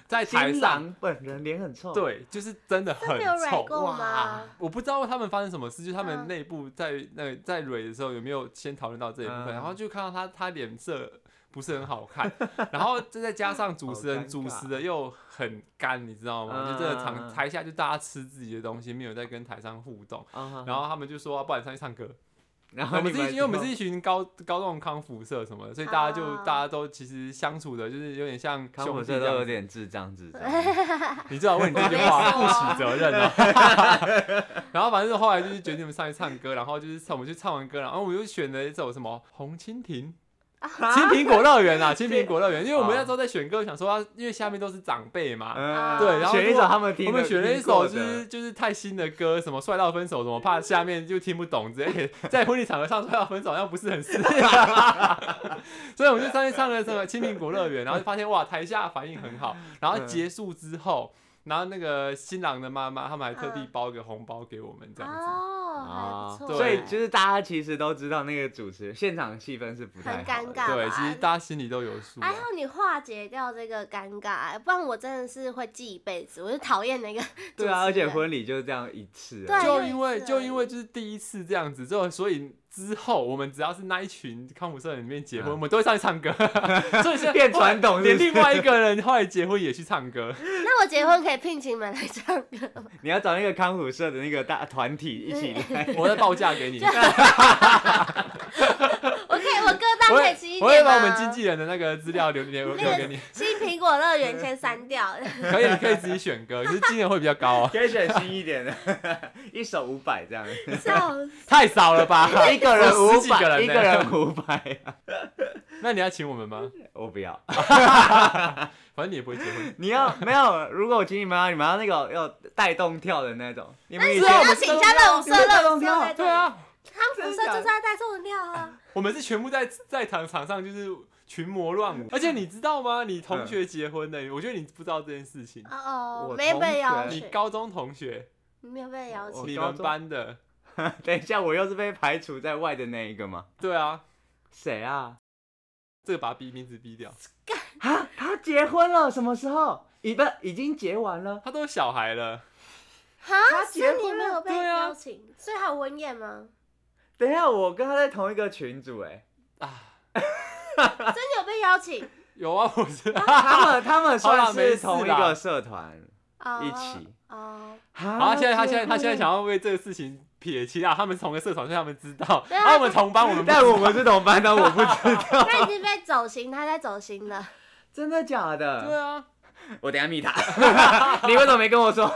Speaker 2: 在台
Speaker 3: 新
Speaker 2: 上，
Speaker 3: 郎本人脸很臭。，
Speaker 2: 对，就是真的
Speaker 1: 这
Speaker 2: 很
Speaker 1: 没有蕊
Speaker 2: 臭。
Speaker 1: 过吗？
Speaker 2: 我不知道他们发生什么事，就是他们
Speaker 1: 嗯
Speaker 2: 内部在那个在蕊的时候有没有先讨论到这一部分，
Speaker 3: 嗯
Speaker 2: 然后就看到他他脸色不是很好看，然后这再加上主持
Speaker 3: 好
Speaker 2: 人
Speaker 3: 尴尬
Speaker 2: 主持的又很干，你知道吗？
Speaker 3: 嗯
Speaker 2: 就这个
Speaker 3: 嗯
Speaker 2: 场
Speaker 3: 嗯
Speaker 2: 台下就大家吃自己的东西，没有在跟台上互动，
Speaker 3: 然
Speaker 2: 然后他们就说、啊不然上去唱歌，
Speaker 3: 然
Speaker 2: 我
Speaker 3: 后
Speaker 2: 们
Speaker 3: 嗯你
Speaker 2: 是一群，
Speaker 3: 们
Speaker 2: 因为我们是一群高高中康复社什么的，所以大家就、
Speaker 1: 啊
Speaker 2: 大家都其实相处的，就是有点像
Speaker 3: 康
Speaker 2: 兄
Speaker 3: 普
Speaker 2: 弟
Speaker 3: 社
Speaker 2: 这
Speaker 3: 都有
Speaker 2: 样子。
Speaker 3: 点智障智 障。
Speaker 2: 你至少为你这句话负起责任哦。然后反正后来就是决定我们上去唱歌，然后就是我们去唱完歌，然后我们就选了一首什么《红蜻蜓》。青苹果乐园啊，青苹果乐园，因为我们那时候在选歌，想说啊要，因为下面都是长辈嘛，
Speaker 3: 嗯
Speaker 2: 对然后
Speaker 3: 选一
Speaker 2: 如
Speaker 3: 首
Speaker 2: 果
Speaker 3: 他们听
Speaker 2: 我
Speaker 3: 的，
Speaker 2: 们选了一首就
Speaker 3: 听过的
Speaker 2: 是就是太新的歌，什么帅到分手，什么怕下面就听不懂之类的， 在婚礼场合唱帅到分手好像不是很适合， 所以我们就上去唱了什么《青苹果乐园》，然后就发现哇台下反应很好，然后结束之后。然后那个新郎的妈妈，他们还特地
Speaker 1: 嗯
Speaker 2: 包一个红包给我们这样子。啊
Speaker 1: 哦，还不错，
Speaker 2: 对
Speaker 3: 所以就是大家其实都知道那个主持人现场气氛是不太好的
Speaker 1: 很尴尬
Speaker 2: 对，
Speaker 1: 吧
Speaker 2: 其实大家心里都有数、啊
Speaker 1: 还。哎好你化解掉这个尴尬，啊不然我真的是会记一辈子。我是讨厌那个
Speaker 3: 对啊，
Speaker 1: 主
Speaker 3: 而
Speaker 1: 持
Speaker 3: 且
Speaker 1: 人
Speaker 3: 婚礼就是这样一次啊而已。
Speaker 1: 对
Speaker 2: 就
Speaker 1: 就一
Speaker 2: 因为
Speaker 1: 次
Speaker 2: 就
Speaker 1: 而
Speaker 2: 因为
Speaker 1: 已
Speaker 2: 就是啊第一次这样子，就所以之后我们只要是那一群康复社里面结婚，
Speaker 3: 嗯
Speaker 2: 我们都会上去 唱歌，所以现在
Speaker 3: 变传统
Speaker 2: 后来
Speaker 3: 是
Speaker 2: 连
Speaker 3: 不是
Speaker 2: 另外一个人后来结婚也去唱 歌，
Speaker 1: 那我结婚可以聘请你们来唱歌吗？
Speaker 3: 你要找那个康复社的那个大团体一起 来，
Speaker 2: 我再报价给你，
Speaker 1: 我可以，我歌单
Speaker 2: 我
Speaker 1: 可以
Speaker 2: 会
Speaker 1: 齐一
Speaker 2: 我会
Speaker 1: 点吗？
Speaker 2: 把我们经纪人的那个资料留留留给你，
Speaker 1: 新苹果乐园先删掉，
Speaker 2: 可以你可以自己选歌，就是今年会比较高哦，
Speaker 3: 可以选新一点的， 一首五百这样，
Speaker 1: 笑死。
Speaker 2: 太少了 吧？
Speaker 3: 一个人
Speaker 2: 我十
Speaker 3: 五
Speaker 2: 几个人
Speaker 3: 百，
Speaker 2: 呢
Speaker 3: 一个人五百，
Speaker 2: 那你要请我们吗？
Speaker 3: 我不要。
Speaker 2: 反正你也不会结 婚，
Speaker 3: 你要没有？如果我请你们啊，你们要那个要带动跳的那种，你们以前
Speaker 1: 那要请一下乐舞社，乐舞社在这
Speaker 2: 对
Speaker 1: 里，
Speaker 2: 啊，
Speaker 1: 康复社就是要带动料 啊。
Speaker 2: 我们是全部在在场场上就是群魔乱舞，而且你知道吗？你
Speaker 3: 嗯
Speaker 2: 同学结婚的，我觉得你不知道这件事情。
Speaker 1: 哦哦，
Speaker 3: 我
Speaker 1: 没被邀
Speaker 3: 同
Speaker 2: 你
Speaker 1: 请，
Speaker 2: 高中同学，
Speaker 1: 你没有被邀
Speaker 3: 我
Speaker 1: 请。
Speaker 2: 你
Speaker 3: 高
Speaker 2: 们
Speaker 3: 中
Speaker 2: 班的，
Speaker 3: 等一下我又是被排除在外的那一个吗？
Speaker 2: 对啊，
Speaker 3: 谁啊？
Speaker 2: 这个把逼名字逼掉，
Speaker 3: 啊，他结婚了，什么时候？已不已经结完了？
Speaker 2: 他都有小孩了，
Speaker 1: 哈，
Speaker 3: 结
Speaker 1: 是
Speaker 3: 婚
Speaker 1: 你没有被
Speaker 2: 对啊
Speaker 1: 邀请，所以还有文彦 吗？
Speaker 3: 等一下，我跟他在同一个群组、 欸，
Speaker 1: 真的有被邀请？
Speaker 2: 啊有啊，我是，
Speaker 3: 哎，他们他们算
Speaker 2: 好啦没
Speaker 3: 是
Speaker 2: 事
Speaker 3: 同一
Speaker 2: 啦
Speaker 3: 个社团
Speaker 1: 哦
Speaker 3: 一起。
Speaker 1: 哦，
Speaker 2: 然
Speaker 3: 啊
Speaker 2: 后现在他现在他现在
Speaker 3: 想。
Speaker 2: 想要为这个事情撇清啊，他们是同一个社团，所以他们知 道，
Speaker 1: 对啊
Speaker 2: 然后我们同班，我们不
Speaker 3: 但我们是同班的，我不 知道，
Speaker 1: 他已经被走形，他在走形 了。
Speaker 3: 真的假
Speaker 2: 对
Speaker 3: 的？
Speaker 2: 啊，
Speaker 3: 我等一下密他， 你为什么没跟我说？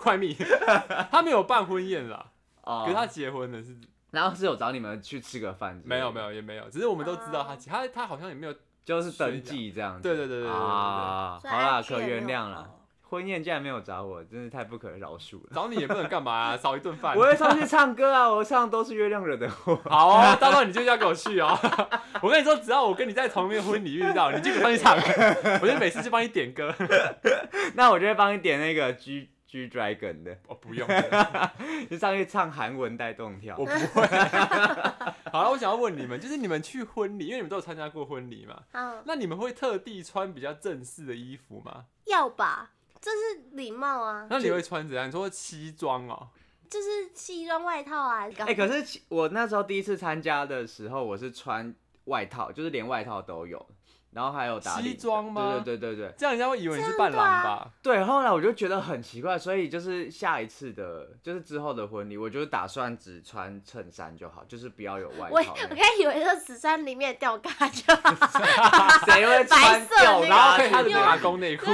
Speaker 2: 快密， 他没有办婚宴啦，
Speaker 3: 哦
Speaker 2: 可是他结婚了是
Speaker 3: 然后是有找你们去吃个饭，
Speaker 2: 没有没，有也没有，只是我们都知道
Speaker 3: 啊
Speaker 2: 他
Speaker 1: 哦
Speaker 2: 结他他好像也没有，
Speaker 3: 就是登记这样子。
Speaker 2: 对对对对对对对
Speaker 3: 啊，
Speaker 1: 所以
Speaker 3: 好啦，
Speaker 1: 安全
Speaker 3: 可原
Speaker 1: 没有
Speaker 3: 谅了。婚宴竟然没有找我，真是太不可饶恕了。
Speaker 2: 找你也不能干嘛啊，少一顿饭，
Speaker 3: 我会上去唱歌啊，我唱都是月亮惹的祸。
Speaker 2: 好哦，到时候你就要跟我去哦。 我跟你说，只要我跟你在同一个婚礼遇到，你就给我上去 唱，我就每次就帮你点歌。
Speaker 3: 那我就会帮你点那个 G G Dragon 的，
Speaker 2: 哦，不用，
Speaker 3: 就上去唱韩文带动跳
Speaker 2: 我。不会。 好了，我想要问你们，就是你们去婚礼，因为你们都有参加过婚礼嘛，
Speaker 1: 嗯，
Speaker 2: 那你们会特地穿比较正式的衣服吗？
Speaker 1: 要吧，这是礼貌啊，
Speaker 2: 那你会穿怎样？你说西装哦，
Speaker 1: 就是西装外套啊。
Speaker 3: 哎、可是其我那时候第一次参加的时候，我是穿外套，就是连外套都有，然后还有打领
Speaker 2: 西装吗
Speaker 3: 对对对对对
Speaker 2: 这样人家会以为你是伴郎吧？
Speaker 3: 对。后来我就觉得很奇怪，所以就是下一次的，就是之后的婚礼，我就打算只穿衬衫就好，就是不要有外
Speaker 1: 我我
Speaker 3: 套那
Speaker 1: 刚
Speaker 3: 种。
Speaker 1: 才以为是十三里面吊嘎就 好，
Speaker 3: 谁会穿
Speaker 1: 白色那
Speaker 3: 吊
Speaker 1: 个
Speaker 2: 然后
Speaker 3: 带
Speaker 2: 配他的
Speaker 1: 因
Speaker 2: 那
Speaker 1: 为
Speaker 2: 个
Speaker 3: 啊
Speaker 2: 阿公内裤，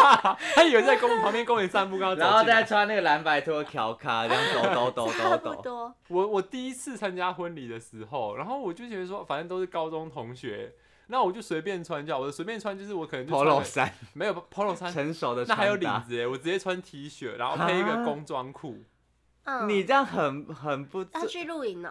Speaker 2: 他以为在公旁边公园散步，刚刚走
Speaker 3: 然后
Speaker 2: 进来
Speaker 3: 再穿那个蓝白拖条卡，这样抖抖
Speaker 1: 差
Speaker 3: 抖
Speaker 1: 不
Speaker 3: 抖抖。
Speaker 1: 多。
Speaker 2: 我我第一次参加婚礼的时候，然后我就觉得说，反正都是高中同学，那我就随便穿就好。我随便穿就是我可能就穿
Speaker 3: polo
Speaker 2: 了
Speaker 3: 衫，
Speaker 2: 没有 polo 衫，
Speaker 3: 成熟的
Speaker 2: 那
Speaker 3: 穿搭。
Speaker 2: 还有领子耶，我直接穿 T 恤，然后配一个
Speaker 3: 啊
Speaker 2: 工装裤，
Speaker 1: 嗯，
Speaker 3: 你这样很很不
Speaker 1: 要去露营哦，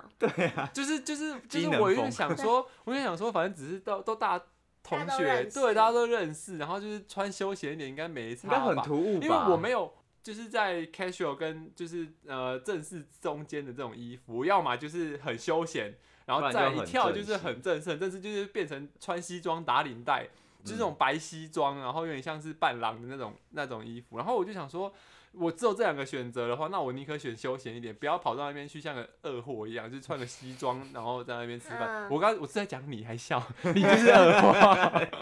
Speaker 2: 就是就是就是
Speaker 3: 机能
Speaker 2: 我有点
Speaker 3: 风
Speaker 2: 想说，我有点想说，反正只是都都大同
Speaker 1: 大家都
Speaker 2: 学，
Speaker 1: 认识
Speaker 2: 对，大家都认识，然后就是穿休闲一点，应该没差
Speaker 3: 应该很
Speaker 2: 吧
Speaker 3: 突兀吧？
Speaker 2: 因为我没有就是在 casual 跟就是呃正式中间的这种衣服，要么就是很休闲，然后
Speaker 3: 不然
Speaker 2: 再
Speaker 3: 就
Speaker 2: 一
Speaker 3: 很
Speaker 2: 跳
Speaker 3: 正
Speaker 2: 就是很正式，很正式就是变成穿西装打领带，就是这种白西装，然后有点像是伴郎的那种那种衣服。然后我就想说，我只有这两个选择的话，那我宁可选休闲一点，不要跑到那边去像个二货一样，就是穿个西装然后在那边吃饭。
Speaker 1: 嗯
Speaker 2: 我刚我是在讲你还笑， 你就是二货，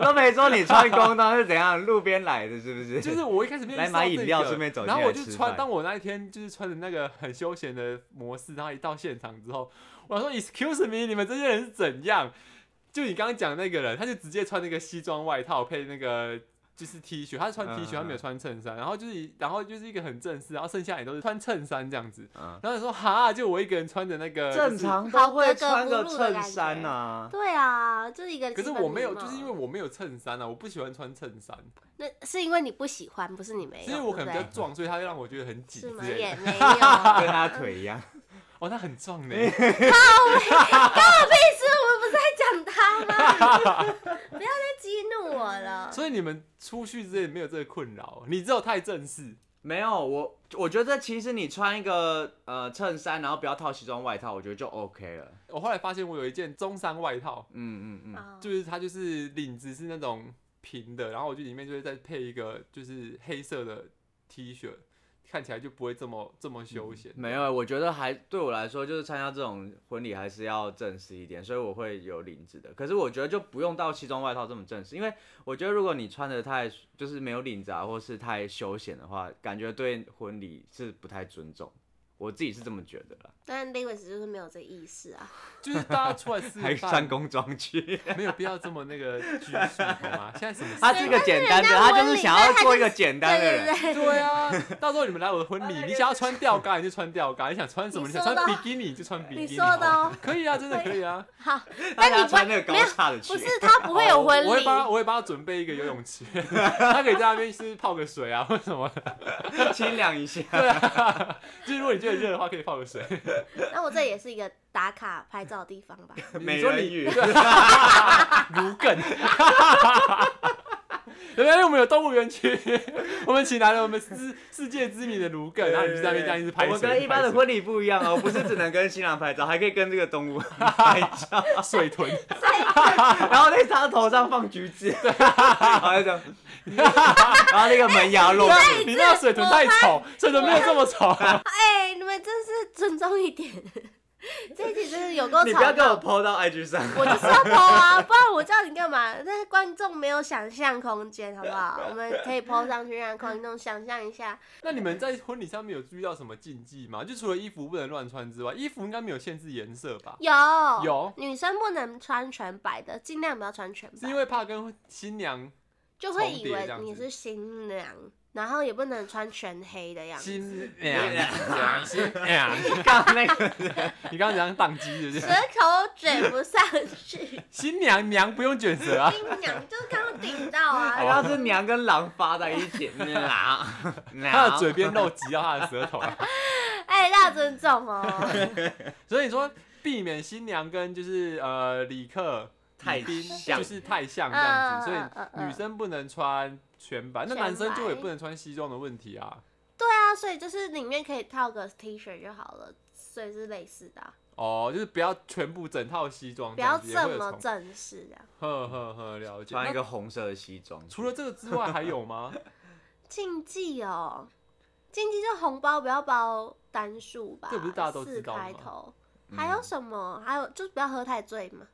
Speaker 3: 都没说你穿工装是怎样，路边来的是不 是？
Speaker 2: 就是我一开始没有
Speaker 3: 来
Speaker 2: 意识到
Speaker 3: 买
Speaker 2: 这
Speaker 3: 饮料
Speaker 2: 个
Speaker 3: 顺便走进
Speaker 2: 然后我
Speaker 3: 来
Speaker 2: 就
Speaker 3: 吃
Speaker 2: 穿，
Speaker 3: 饭
Speaker 2: 当我那一天就是穿着那个很休闲的模式，然后一到现场之后，我想说 Excuse me，你们这些人是怎样？就你刚刚讲那个人，他就直接穿那个西装外套配那个。就是 T 恤，他是穿
Speaker 3: 嗯
Speaker 2: T 恤，他没有穿衬衫，然后就是一，然后就是一个很正式，然后剩下也都是穿衬衫这样子。
Speaker 3: 嗯，
Speaker 2: 然后你说哈，就我一个人穿着那个，
Speaker 3: 正
Speaker 2: 就是
Speaker 3: 常
Speaker 1: 好
Speaker 3: 都会
Speaker 1: 格格
Speaker 3: 穿
Speaker 1: 不
Speaker 3: 个
Speaker 1: 入的
Speaker 3: 衬
Speaker 1: 感
Speaker 3: 衫
Speaker 1: 觉
Speaker 3: 啊。
Speaker 1: 对啊，就是一个
Speaker 2: 可
Speaker 1: 基
Speaker 2: 是
Speaker 1: 本礼貌。
Speaker 2: 我没有，就是因为我没有衬衫啊，我不喜欢穿衬衫，
Speaker 1: 那是因为你不喜欢，不是你没有，
Speaker 2: 是因为我可能比较
Speaker 1: 哎对不
Speaker 2: 壮，所以他会让我觉得很
Speaker 1: 对
Speaker 2: 紧
Speaker 1: 是吗？
Speaker 2: 之类
Speaker 1: 也
Speaker 2: 的。
Speaker 1: 没有，啊干
Speaker 3: 跟他腿一样，
Speaker 2: 哦，他很壮
Speaker 1: 我
Speaker 2: 呢。
Speaker 1: 屁事？我们不是在讲他吗？不要再激怒我我了。
Speaker 2: 所以你们出去之前没有这个困扰，哦你只有太正式。
Speaker 3: 没有我，我觉得其实你穿一个呃衬衫，然后不要套西装外套，我觉得就 OK 了。
Speaker 2: 我后来发现我有一件中山外套，
Speaker 3: 嗯嗯嗯，
Speaker 1: 哦
Speaker 2: 就是它就是领子是那种平的，然后我就里面就会再配一个就是黑色的 T 恤，看起来就不会这么这么休闲。
Speaker 3: 没有，我觉得还对我来说，就是参加这种婚礼还是要正式一点，所以我会有领子的。可是我觉得就不用到西装外套这么正式，因为我觉得如果你穿的太就是没有领子啊，或是太休闲的话，感觉对婚礼是不太尊重。我自己是这么觉得啦，
Speaker 1: 但 Lewis 就是没有这意识啊。
Speaker 2: 就是大家 出来吃
Speaker 3: 还
Speaker 2: 饭
Speaker 3: 穿，工装去，
Speaker 2: 没有必要这么那个拘 束好吗？现在什么
Speaker 3: 他
Speaker 2: 事？
Speaker 3: 啊是一个简单的，
Speaker 1: 人家
Speaker 3: 他就是想要做一个简
Speaker 1: 对
Speaker 3: 单的人。
Speaker 1: 对对，
Speaker 2: 对啊，到时候你们来我的婚礼，你想要穿吊嘎你就穿吊嘎，你想穿什么
Speaker 1: 啊你
Speaker 2: 你想
Speaker 1: 说的哦
Speaker 2: 穿比基尼就穿比基尼。
Speaker 1: 你说的哦。
Speaker 2: 可以啊，真的可以啊。
Speaker 1: 好， 但
Speaker 3: 他想
Speaker 1: 你
Speaker 3: 要
Speaker 1: 不
Speaker 3: 穿那个高
Speaker 1: 没有
Speaker 3: 叉的裙
Speaker 1: 不是他不会有婚
Speaker 2: 哦我会
Speaker 1: 礼，
Speaker 2: 帮他，我会帮他准备一个游泳池， 他可以在那边是泡个水啊，或者什么。
Speaker 3: 清凉一下。
Speaker 2: 对啊，就是如果你觉得热的话，可以泡个水。
Speaker 1: 那我这也是一个打卡拍照的地方吧？
Speaker 3: 美人鱼
Speaker 2: 你说你如梗。对因为我 们有动物园区， 我们请来了我们世世界知名的卢梗，然后你就在那边这样一直拍
Speaker 3: 我
Speaker 2: 水。
Speaker 3: 们跟一般的
Speaker 2: 拍
Speaker 3: 婚礼不一样哦，不是只能跟新郎拍照，还可以跟这个动物拍 照，
Speaker 2: 水水 豚，
Speaker 3: 然后在他头上放橘子，然后就这样， 然后那个门牙露出。
Speaker 2: 你那个水豚太丑，水豚没有这么丑。
Speaker 1: 哎、你们真是尊重一 点，这一集真是有够
Speaker 3: 你不要
Speaker 1: 吵
Speaker 3: 给
Speaker 1: 闹。
Speaker 3: 我抛到 IG 上，
Speaker 1: 我就是要剖啊， 不然我叫你干嘛？那观众没有想象空间，好不好？我们可以剖上去让观众想象一下。
Speaker 2: 那你们在婚礼上面有注意到什么禁忌吗？就除了衣服不能乱穿之外，衣服应该没有限制颜色吧？
Speaker 1: 有
Speaker 2: 有
Speaker 1: 女生不能穿全白的，尽量不要穿全
Speaker 2: 是
Speaker 1: 白
Speaker 2: 因，为怕跟新娘
Speaker 1: 就会
Speaker 2: 重
Speaker 1: 以
Speaker 2: 叠
Speaker 1: 为
Speaker 2: 这样
Speaker 1: 你
Speaker 2: 子
Speaker 1: 是新娘，然后也不能穿全黑的样子。
Speaker 2: 新哎娘新娘，
Speaker 3: 刚刚那个
Speaker 2: 你刚刚讲宕机是不
Speaker 1: 舌
Speaker 2: 是？
Speaker 1: 头卷不上 去，
Speaker 2: 新娘娘不用卷舌啊。
Speaker 1: 新娘就是刚刚顶到
Speaker 3: 刚
Speaker 1: 啊，
Speaker 3: 刚是娘跟狼发在一起， 狼，
Speaker 2: 他
Speaker 3: 他
Speaker 2: 的嘴边肉挤到他的舌头了。
Speaker 1: 哎、大家尊重哦。
Speaker 2: 所以说，避免新娘跟就是呃礼客
Speaker 3: 太
Speaker 2: 礼宾
Speaker 3: 像
Speaker 2: 就是太像这样子，所
Speaker 1: 嗯嗯嗯
Speaker 2: 以
Speaker 1: 嗯
Speaker 2: 女生不能穿全白，那男生就
Speaker 1: 全
Speaker 2: 也
Speaker 1: 白
Speaker 2: 不能穿西装的问题啊。
Speaker 1: 对啊，所以就是里面可以套个 T 恤就好了，所以是类似的啊、
Speaker 2: 哦，就是不要全部整套西装
Speaker 1: 不
Speaker 2: 这样
Speaker 1: 要
Speaker 2: 子，也会
Speaker 1: 这
Speaker 2: 有
Speaker 1: 么
Speaker 2: 重。
Speaker 1: 正式啊，
Speaker 2: 呵呵呵，了解。
Speaker 3: 穿一
Speaker 2: 那
Speaker 3: 个红色的西装，
Speaker 2: 除了这个之外还有 吗？
Speaker 1: 禁忌哦，禁忌就红包不要包单数吧，
Speaker 2: 这不是大家都
Speaker 1: 四
Speaker 2: 知道吗
Speaker 1: 开头。还有什么？还有就是不要喝太醉嘛，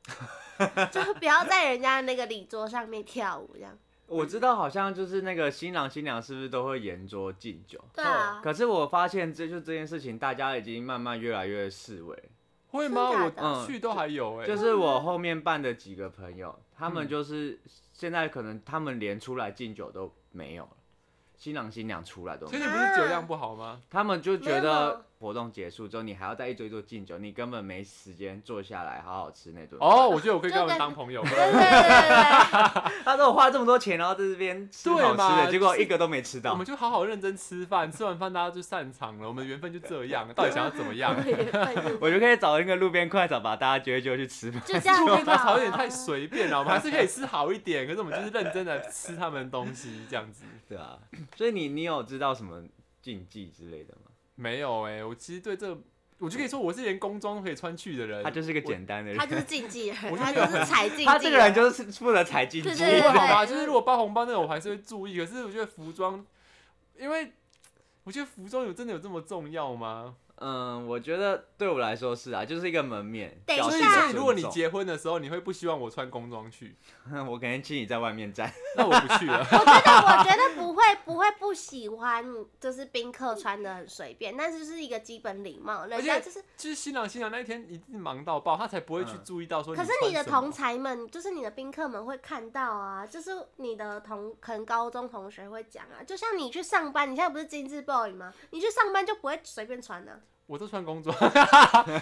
Speaker 1: 就是不要在人家那个礼桌上面跳舞这样。
Speaker 3: 我知道，好像就是那个新郎新娘是不是都会沿桌敬酒？
Speaker 1: 对啊，
Speaker 3: 可是我发现，这就这件事情，大家已经慢慢越来越视为。
Speaker 2: 会吗？
Speaker 1: 真的假
Speaker 3: 的
Speaker 2: 我去都还有哎
Speaker 3: 就。是我后面办的几个朋友，他们
Speaker 2: 嗯
Speaker 3: 就是现在可能他们连出来敬酒都没有了，新郎新娘出来都
Speaker 2: 所
Speaker 3: 没
Speaker 2: 以
Speaker 3: 有，
Speaker 2: 你不是酒量不好吗？
Speaker 3: 他们就觉
Speaker 1: 没有
Speaker 3: 得活动结束之后，你还要再一桌一桌敬酒，你根本没时间坐下来好好吃那顿。
Speaker 2: 哦，，我觉得我可以
Speaker 1: 就
Speaker 2: 跟他们
Speaker 1: 跟
Speaker 2: 当朋友。
Speaker 1: 对对对对对，
Speaker 3: 他说我花这么多钱，然后在这边吃
Speaker 2: 对
Speaker 3: 好吃
Speaker 2: 嘛
Speaker 3: 的，结果
Speaker 2: 就是
Speaker 3: 一个都没吃
Speaker 2: 我
Speaker 3: 到
Speaker 2: 们。就好好认真吃饭，吃完饭大家就散场了，我们的缘分就这样，到底想要怎么样？
Speaker 3: 我就可以找一个路边快炒，把大家揪一揪去吃饭。
Speaker 1: 就这样
Speaker 2: 路
Speaker 1: 子
Speaker 2: 边快
Speaker 1: 吧
Speaker 2: 炒有点太随便了，我们还是可以吃好一点，可是我们就是认真的吃他们的东西这样子。
Speaker 3: 对啊，所以你你有知道什么禁忌之类的吗？
Speaker 2: 没有哎、我其实对这个，我就可以说我是连工装都可以穿去的人。
Speaker 3: 他就是一个
Speaker 2: 呃我
Speaker 3: 简单的人，
Speaker 1: 他就是 禁忌人，
Speaker 2: 我就
Speaker 1: 他
Speaker 2: 没
Speaker 1: 就
Speaker 2: 有
Speaker 1: 是踩禁忌。啊
Speaker 3: 他这个人就是负责踩禁忌。
Speaker 1: 对
Speaker 2: 不
Speaker 1: 对
Speaker 2: 会
Speaker 1: 对
Speaker 2: 好吧？
Speaker 1: 对
Speaker 2: 就是如果包红包那种，我还是会注意。可是我觉得服装，因为我觉得服装有真的有这么重要吗？
Speaker 3: 嗯，我觉得对我来说是啊，就是一个门面。
Speaker 1: 等一下
Speaker 3: 表
Speaker 2: 所
Speaker 3: 示
Speaker 2: 以，
Speaker 3: 个
Speaker 2: 所以如果你
Speaker 3: 尊重，
Speaker 2: 结婚的时候，你会不希望我穿工装去？
Speaker 3: 我肯定请你在外面站。
Speaker 2: 那我不去了。
Speaker 1: 我觉得，我觉得不会，不会不喜欢，就是宾客穿的很随便，但是是一个基本礼貌。人家
Speaker 2: 而且
Speaker 1: 就是，
Speaker 2: 就是新郎新娘那一天一定忙到爆，他才不会去
Speaker 3: 嗯
Speaker 2: 注意到说
Speaker 1: 可是
Speaker 2: 穿
Speaker 1: 你的
Speaker 2: 什么
Speaker 1: 同才们，就是你的宾客们会看到啊，就是你的同可能高中同学会讲啊，就像你去上班，你现在不是精致 boy 吗？你去上班就不会随便穿啊，
Speaker 2: 我都穿工 装，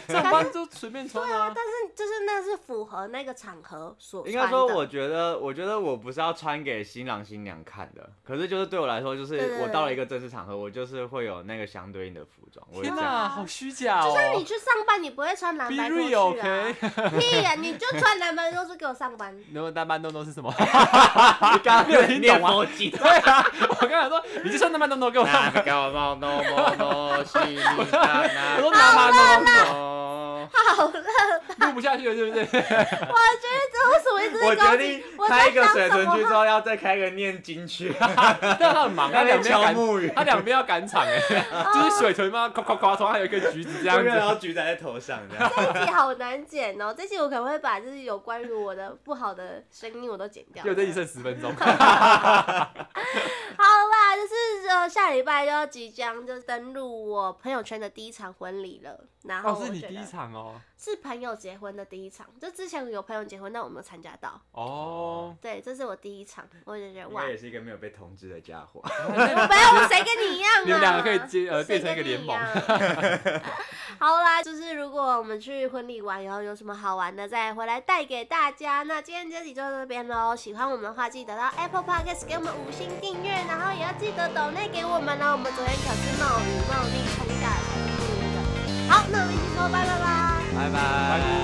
Speaker 2: 上班就随便穿啊。
Speaker 1: 就是那是符合那个场合所
Speaker 3: 应该
Speaker 1: 穿
Speaker 3: 说，我
Speaker 1: 的。
Speaker 3: 觉得，我觉得我不是要穿给新郎新娘看的，可是就是对我来说，就是
Speaker 1: 对对对
Speaker 3: 我到了一个正式场合，我就是会有那个相对应的服装。我是
Speaker 2: 天
Speaker 3: 这样
Speaker 2: 哪，好虚假
Speaker 1: 就像你
Speaker 2: 哦
Speaker 1: 去上班，你不会穿蓝
Speaker 2: ！Be
Speaker 1: 白拖
Speaker 2: real
Speaker 1: 去啊
Speaker 2: OK？
Speaker 1: 屁呀，你就穿蓝白拖去给我上班。
Speaker 2: 那么大半洞洞是 什么？
Speaker 3: 你刚
Speaker 2: 没有
Speaker 3: 刚
Speaker 2: 听
Speaker 3: 念
Speaker 2: 懂吗
Speaker 3: 佛经，
Speaker 2: 对啊， 我刚才说你就算那半洞洞给我上
Speaker 3: 那个猫诺莫诺西里达那
Speaker 2: 我说拿拿拿拿
Speaker 3: 诺。
Speaker 1: 好了，
Speaker 2: 录不下去了，对 不对？
Speaker 1: 我觉得这为什么一直
Speaker 3: 我
Speaker 1: 在高
Speaker 3: 决
Speaker 1: 级
Speaker 3: 定？
Speaker 1: 我
Speaker 3: 开
Speaker 1: 在
Speaker 3: 一个
Speaker 1: 想
Speaker 3: 水
Speaker 1: 什
Speaker 3: 豚
Speaker 1: 么
Speaker 3: 区之后，要再开一个念经区，
Speaker 2: 但他很 忙，他
Speaker 3: 在
Speaker 2: 两边
Speaker 3: 敲
Speaker 2: 赶，
Speaker 3: 木鱼，
Speaker 2: 他两边要 赶场哎， 就是水豚嘛，夸夸夸，头上还有一个橘子这样
Speaker 3: 永远
Speaker 1: 哦
Speaker 2: 子。
Speaker 3: 要举在头上这样。
Speaker 1: 这一集好难剪哦，这集我可能会把就是有关于我的不好的声音我都剪掉。
Speaker 2: 就这一剩十分钟，
Speaker 1: 好啦，就是呃下礼拜就要即将就登录我朋友圈的第一场婚礼了，然后
Speaker 2: 哦，
Speaker 1: 我
Speaker 2: 是你
Speaker 1: 觉
Speaker 2: 第一
Speaker 1: 得
Speaker 2: 场哦，
Speaker 1: 是朋友结婚的第一场，就之前有朋友结婚，但我没有参加到。
Speaker 2: 哦，
Speaker 1: 对，这是我第一场，我就觉得
Speaker 3: 应
Speaker 1: 哇
Speaker 3: 该，也是一个没有被通知的家伙。
Speaker 1: 我没有，我谁跟你一样啊？
Speaker 2: 你们两个可以接呃
Speaker 1: 谁
Speaker 2: 变成一个
Speaker 1: 跟你
Speaker 2: 联盟
Speaker 1: 样。啊 好啦，就是如果我们去婚礼玩以后有什么好玩的，再回来带给大家。那今天这集就到这边喽。喜欢我们的话，记得到 Apple Podcast 给我们五星订阅，然后也要记得抖内给我们哦。我们昨天可是冒雨冒力冲下来才录的。好，那我们一起说拜拜吧。
Speaker 3: 拜拜。
Speaker 2: 拜拜。